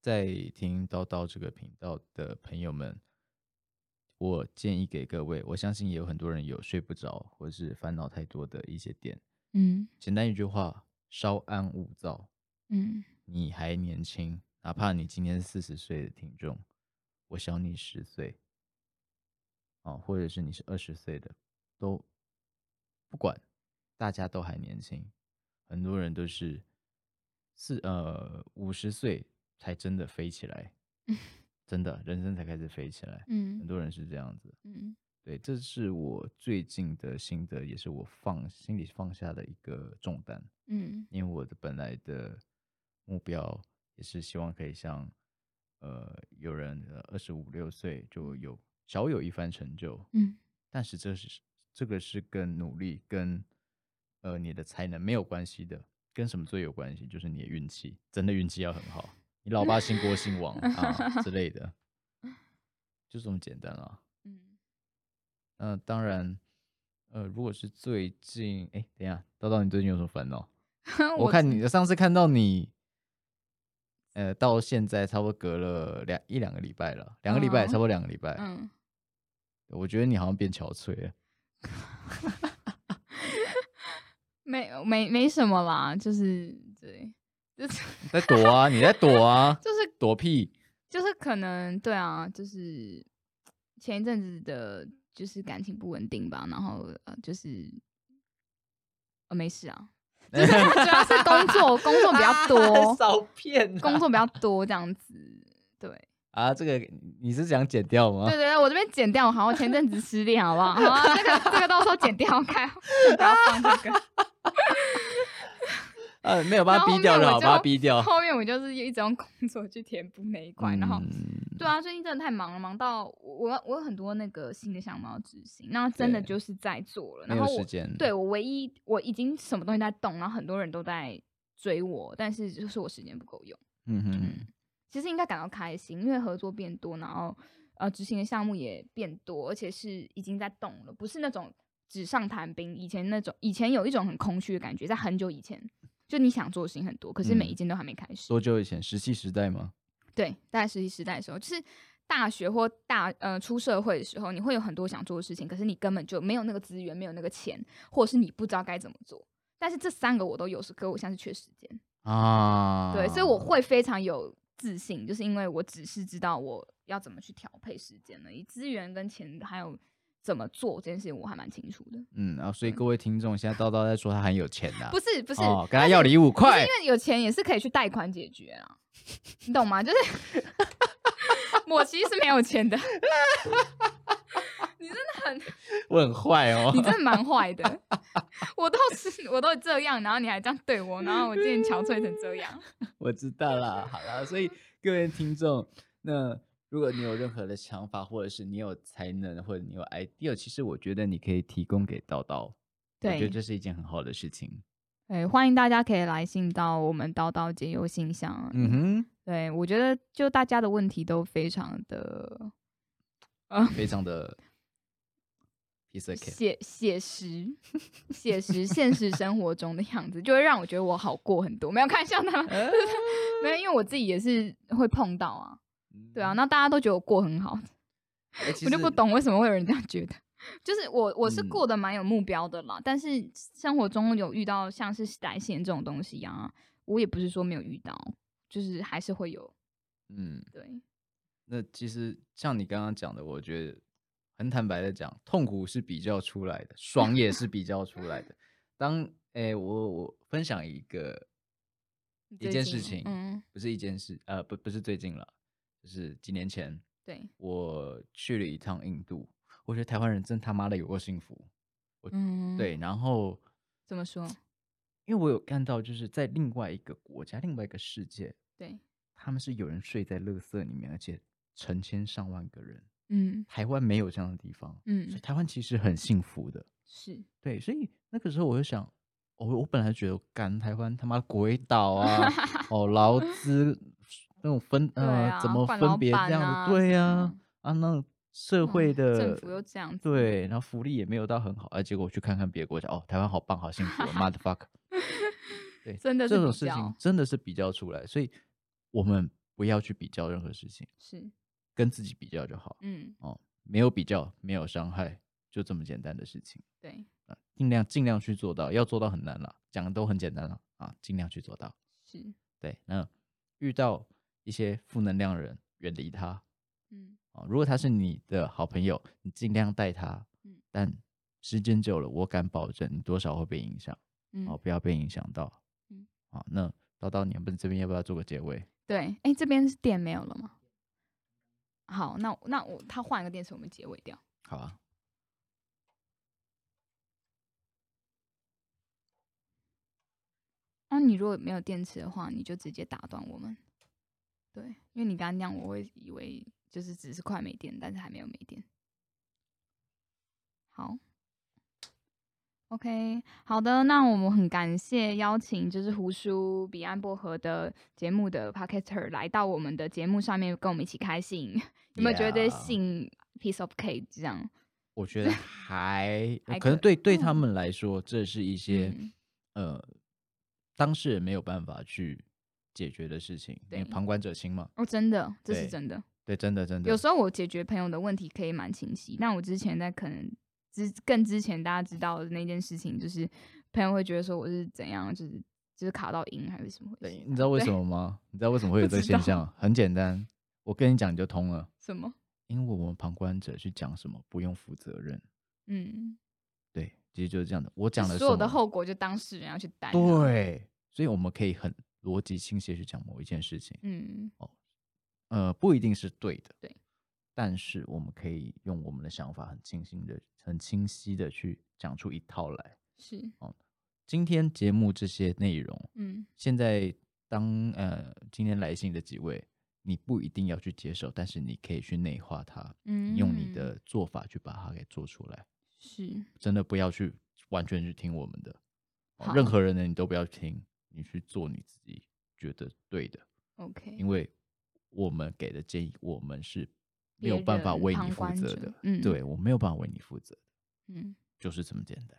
在听叨叨这个频道的朋友们，我建议给各位，我相信也有很多人有睡不着或是烦恼太多的一些点。
嗯
简单一句话，稍安勿躁，
嗯
你还年轻，哪怕你今年四十岁的听众，我小你十岁，哦，或者是你是二十岁的，都不管，大家都还年轻，很多人都是四呃五十岁才真的飞起来，真的人生才开始飞起来，很
嗯
多人是这样子。
嗯
对，这是我最近的心得，也是我放心里放下的一个重担。
嗯
因为我的本来的目标也是希望可以像呃有人二十五六岁就有小有一番成就，
嗯
但是这是这个是跟努力跟呃你的才能没有关系的，跟什么最有关系？就是你的运气，真的运气要很好，你老爸姓郭姓王啊之类的，就这么简单啊。
嗯，
那、当然，呃，如果是最近，哎，等一下，叨叨，你最近有什么 烦恼？我看你上次看到你，呃，到现在差不多隔了两一两个礼拜了，两个礼拜，
嗯
差不多两个礼拜。
嗯。
我觉得你好像变憔悴了。
没没没什么啦，就是对，就是，
你在躲啊，你在躲啊
就是
躲屁。
就是可能对啊，就是前一阵子的，就是感情不稳定吧，然后呃，就是呃没事啊， 就是主要是工作，工作比较 多，
少骗 啊
哦工作比较多这样 子。对
啊！这个你是想剪掉吗
对？对对，我这边剪掉，好，我前阵子失恋，好 不好？好啊，这个这个到时候剪掉，看不要放这个。
呃，没有把 它
然后
逼掉
后面
了，
我
好把它
就
逼掉。
后面我就是一直用工作去填补那一块，然后
嗯
对啊，最近真的太忙了，忙到我我我有很多那个新的项目要执行，那真的
对
就是在做了，
没
然
有
后
时
我
间。
对我唯一我已经什么东西在动，然后很多人都在追我，但是就是我时间不够用。
嗯哼
嗯，其实应该感到开心，因为合作变多，然后呃执行的项目也变多，而且是已经在动了，不是那种纸上谈兵。以前那种，以前有一种很空虚的感觉，在很久以前，就你想做的事情很多，可是每一
嗯
件都还没开始。
多久以前？石器时代吗？
对，大概实习时代的时候，就是大学或大呃出社会的时候，你会有很多想做的事情，可是你根本就没有那个资源，没有那个钱，或者是你不知道该怎么做。但是这三个我都有，是可我像是缺时间。
啊，
对，所以我会非常有自信，就是因为我只是知道我要怎么去调配时间而已，资源跟钱还有怎么做这件事情，我还蛮清楚的。
嗯，然后所以各位听众，现在叨叨在说他很有钱的，
不是不是，
哦跟他
但是
要礼物，
不是
快
因为有钱也是可以去贷款解决啊，你懂吗？就是 我其实是没有钱的，你真的很，
我很坏哦
你。真的蛮坏的。 我都是我都这样，然后你还这样对我，然后我今天憔悴成这样。
我知道啦，好啦，所以各位听众，那如果你有任何的想法，或者是你有才能，或者你有 idea，其实我觉得你可以提供给叨叨，我觉得
对
这是一件很好的事情。
对，欢迎大家可以来信到我们叨叨解忧信箱。
嗯哼，
对，我觉得就大家的问题都非常的
非常的 piece of cake。
写写实，写实现实生活中的样子，就会让我觉得我好过很多。没有看笑 他们，
啊
没有，因为我自己也是会碰到啊。 对啊，，那大家都觉得我过很好，
哎嗯其
我就不
实
懂为什么会有人这样觉得。就是我我是
嗯
过得蛮有目标的啦，但是生活中有遇到像是代线这种东西啊，我也不是说没有遇到，就是还是会有。
嗯，
对，
那其实像你刚刚讲的，我觉得很坦白的讲，痛苦是比较出来的，爽也是比较出来的。当诶、我我分享一个
你
一
最
件
近
事情，
嗯，
不是一件事，呃，不不是最近了，就是几年前
对，
我去了一趟印度，我觉得台湾人真他妈的有过幸福。
嗯，
对，，然后
怎么说？
因为我有看到，就是在另外一个国家、另外一个世界，
对，
他们是有人睡在垃圾里面，而且成千上万个人。
嗯
台湾没有这样的地方，所以
嗯，
台湾其实很幸福的。
是，
对，所以那个时候我就想，我、我本来觉得干台湾他妈鬼岛 啊，哦劳资那种分
对
呃、
啊
怎么
换
分
老
别这
板
样子，
啊
对
什
呀、
么
啊，那种社
嗯
会的、
政府又这样子
对，然后福利也没有到很好，哎、结果我去看看别的国家，哦，台湾好棒，好幸 福哦，mother fuck，对，
真的
这
是
种
比
事情
较
真的是比较出来，所以我们不要去比较任何事情，
是，
跟自己比较就好，
嗯，
哦，没有比较，没有伤害，就这么简单的事情。
对，
啊，尽量尽量去做到，要做到很难了，讲的都很简单了啊，尽量去做到。
是，
对，那遇到一些负能量的人，远离他
嗯，
啊。如果他是你的好朋友，你尽量带他
嗯，
但时间久了，我敢保证你多少会被影响，
嗯，
哦，不要被影响到。
嗯，
啊，那叨叨，你们这边要不要做个结尾？
对，哎、这边是店没有了吗？好，那那我他换一个电池，我们结尾掉。
好啊，
那、你如果没有电池的话，你就直接打断我们。对，因为你刚刚那样，我会以为就是只是快没电，但是还没有没电。好，OK，好的，那我们很感谢邀请就是胡叔彼岸薄荷的节目的 Pocketer 来到我们的节目上面跟我们一起开心。 有没有觉得
Yeah
信 piece of cake 这样？
我觉得还呃
还
可
可
能对对他
嗯
们来说，这是一些、
嗯
呃当事人没有办法去解决的事情，因为
对
旁观者清嘛。
哦，真的，这是
对
真的。
对，真的真的
有时候我解决朋友的问题可以蛮清晰，但我之前在可能之更之前大家知道的那件事情，就是朋友会觉得说我是怎样，就是就是卡到音还是什么回
对
事。啊
你知道为
对
什么吗？你知道为什么会有
不
这个
知
现
道
象？很简单，我跟你讲你就通了，
什么？
因为我们旁观者去讲什么不用负责任，
嗯，
对，其实就是这样的。我讲的
所有
什
的
么
后果就当事人要去担、啊。，
对，所以我们可以很逻辑清晰地去讲某一件事情，
嗯，
呃，不一定是对的，
对，
但是我们可以用我们的想法很清晰的、很清晰的去讲出一套来。
是，
今天节目这些内容，
嗯
现在当呃今天来信的几位，你不一定要去接受，但是你可以去内化它，
嗯，
用你的做法去把它给做出来。
是
真的不要去完全去听我们的，哦
好
任何人呢你都不要听，你去做你自己觉得对的，
OK，
因为我们给的建议，我们是没有
别
办法
人
为
旁
你负
观
责
者
的，
嗯
对我没有办法为你负责，
嗯。
就是这么简单。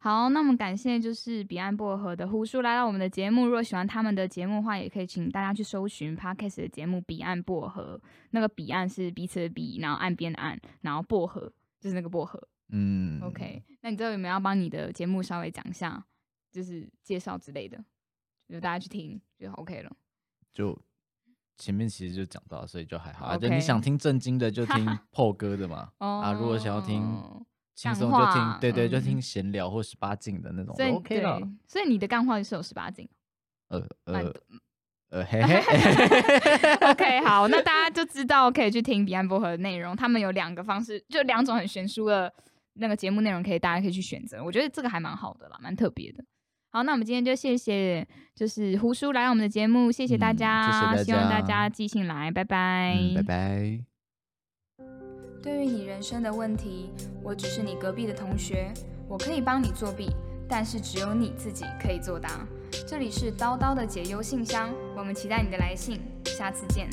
好，那我们感谢就是彼岸薄荷的胡叔来到我们的节目。如果喜欢他们的节目的话，也可以请大家去搜寻 podcast 的节目《彼岸薄荷》，那个彼岸是彼此的彼，然后岸边的岸，然后薄荷就是那个薄荷。
嗯
OK，那你这有没有要帮你的节目稍微讲一下，就是介绍之类的，就大家去听就 OK 了。
就前面其实就讲到，所以就还好。啊就你
OK
想听正经的 就听破歌的嘛，
哦
啊，如果想要听
哦
轻
干
松就听
话，
对对，就
嗯
听闲聊或十八禁的那种
所以
都 OK 了
对。，所以你的干话就是有十八禁。
呃
蛮
呃
多
呃，嘿 嘿。
OK，好，那大家就知道可以去听彼岸薄荷的内容，他们有两个方式，就两种很悬殊的那个节目内容，可以大家可以去选择。我觉得这个还蛮好的啦，蛮特别的。好，那我们今天就谢谢，就是胡叔来我们的节目，谢谢大
嗯
家，
谢谢大
希望大
家
家寄信来，拜拜，
嗯，拜。拜。
对于你人生的问题，我只是你隔壁的同学，我可以帮你作弊，但是只有你自己可以作答。这里是叨叨的解忧信箱，我们期待你的来信，下次见。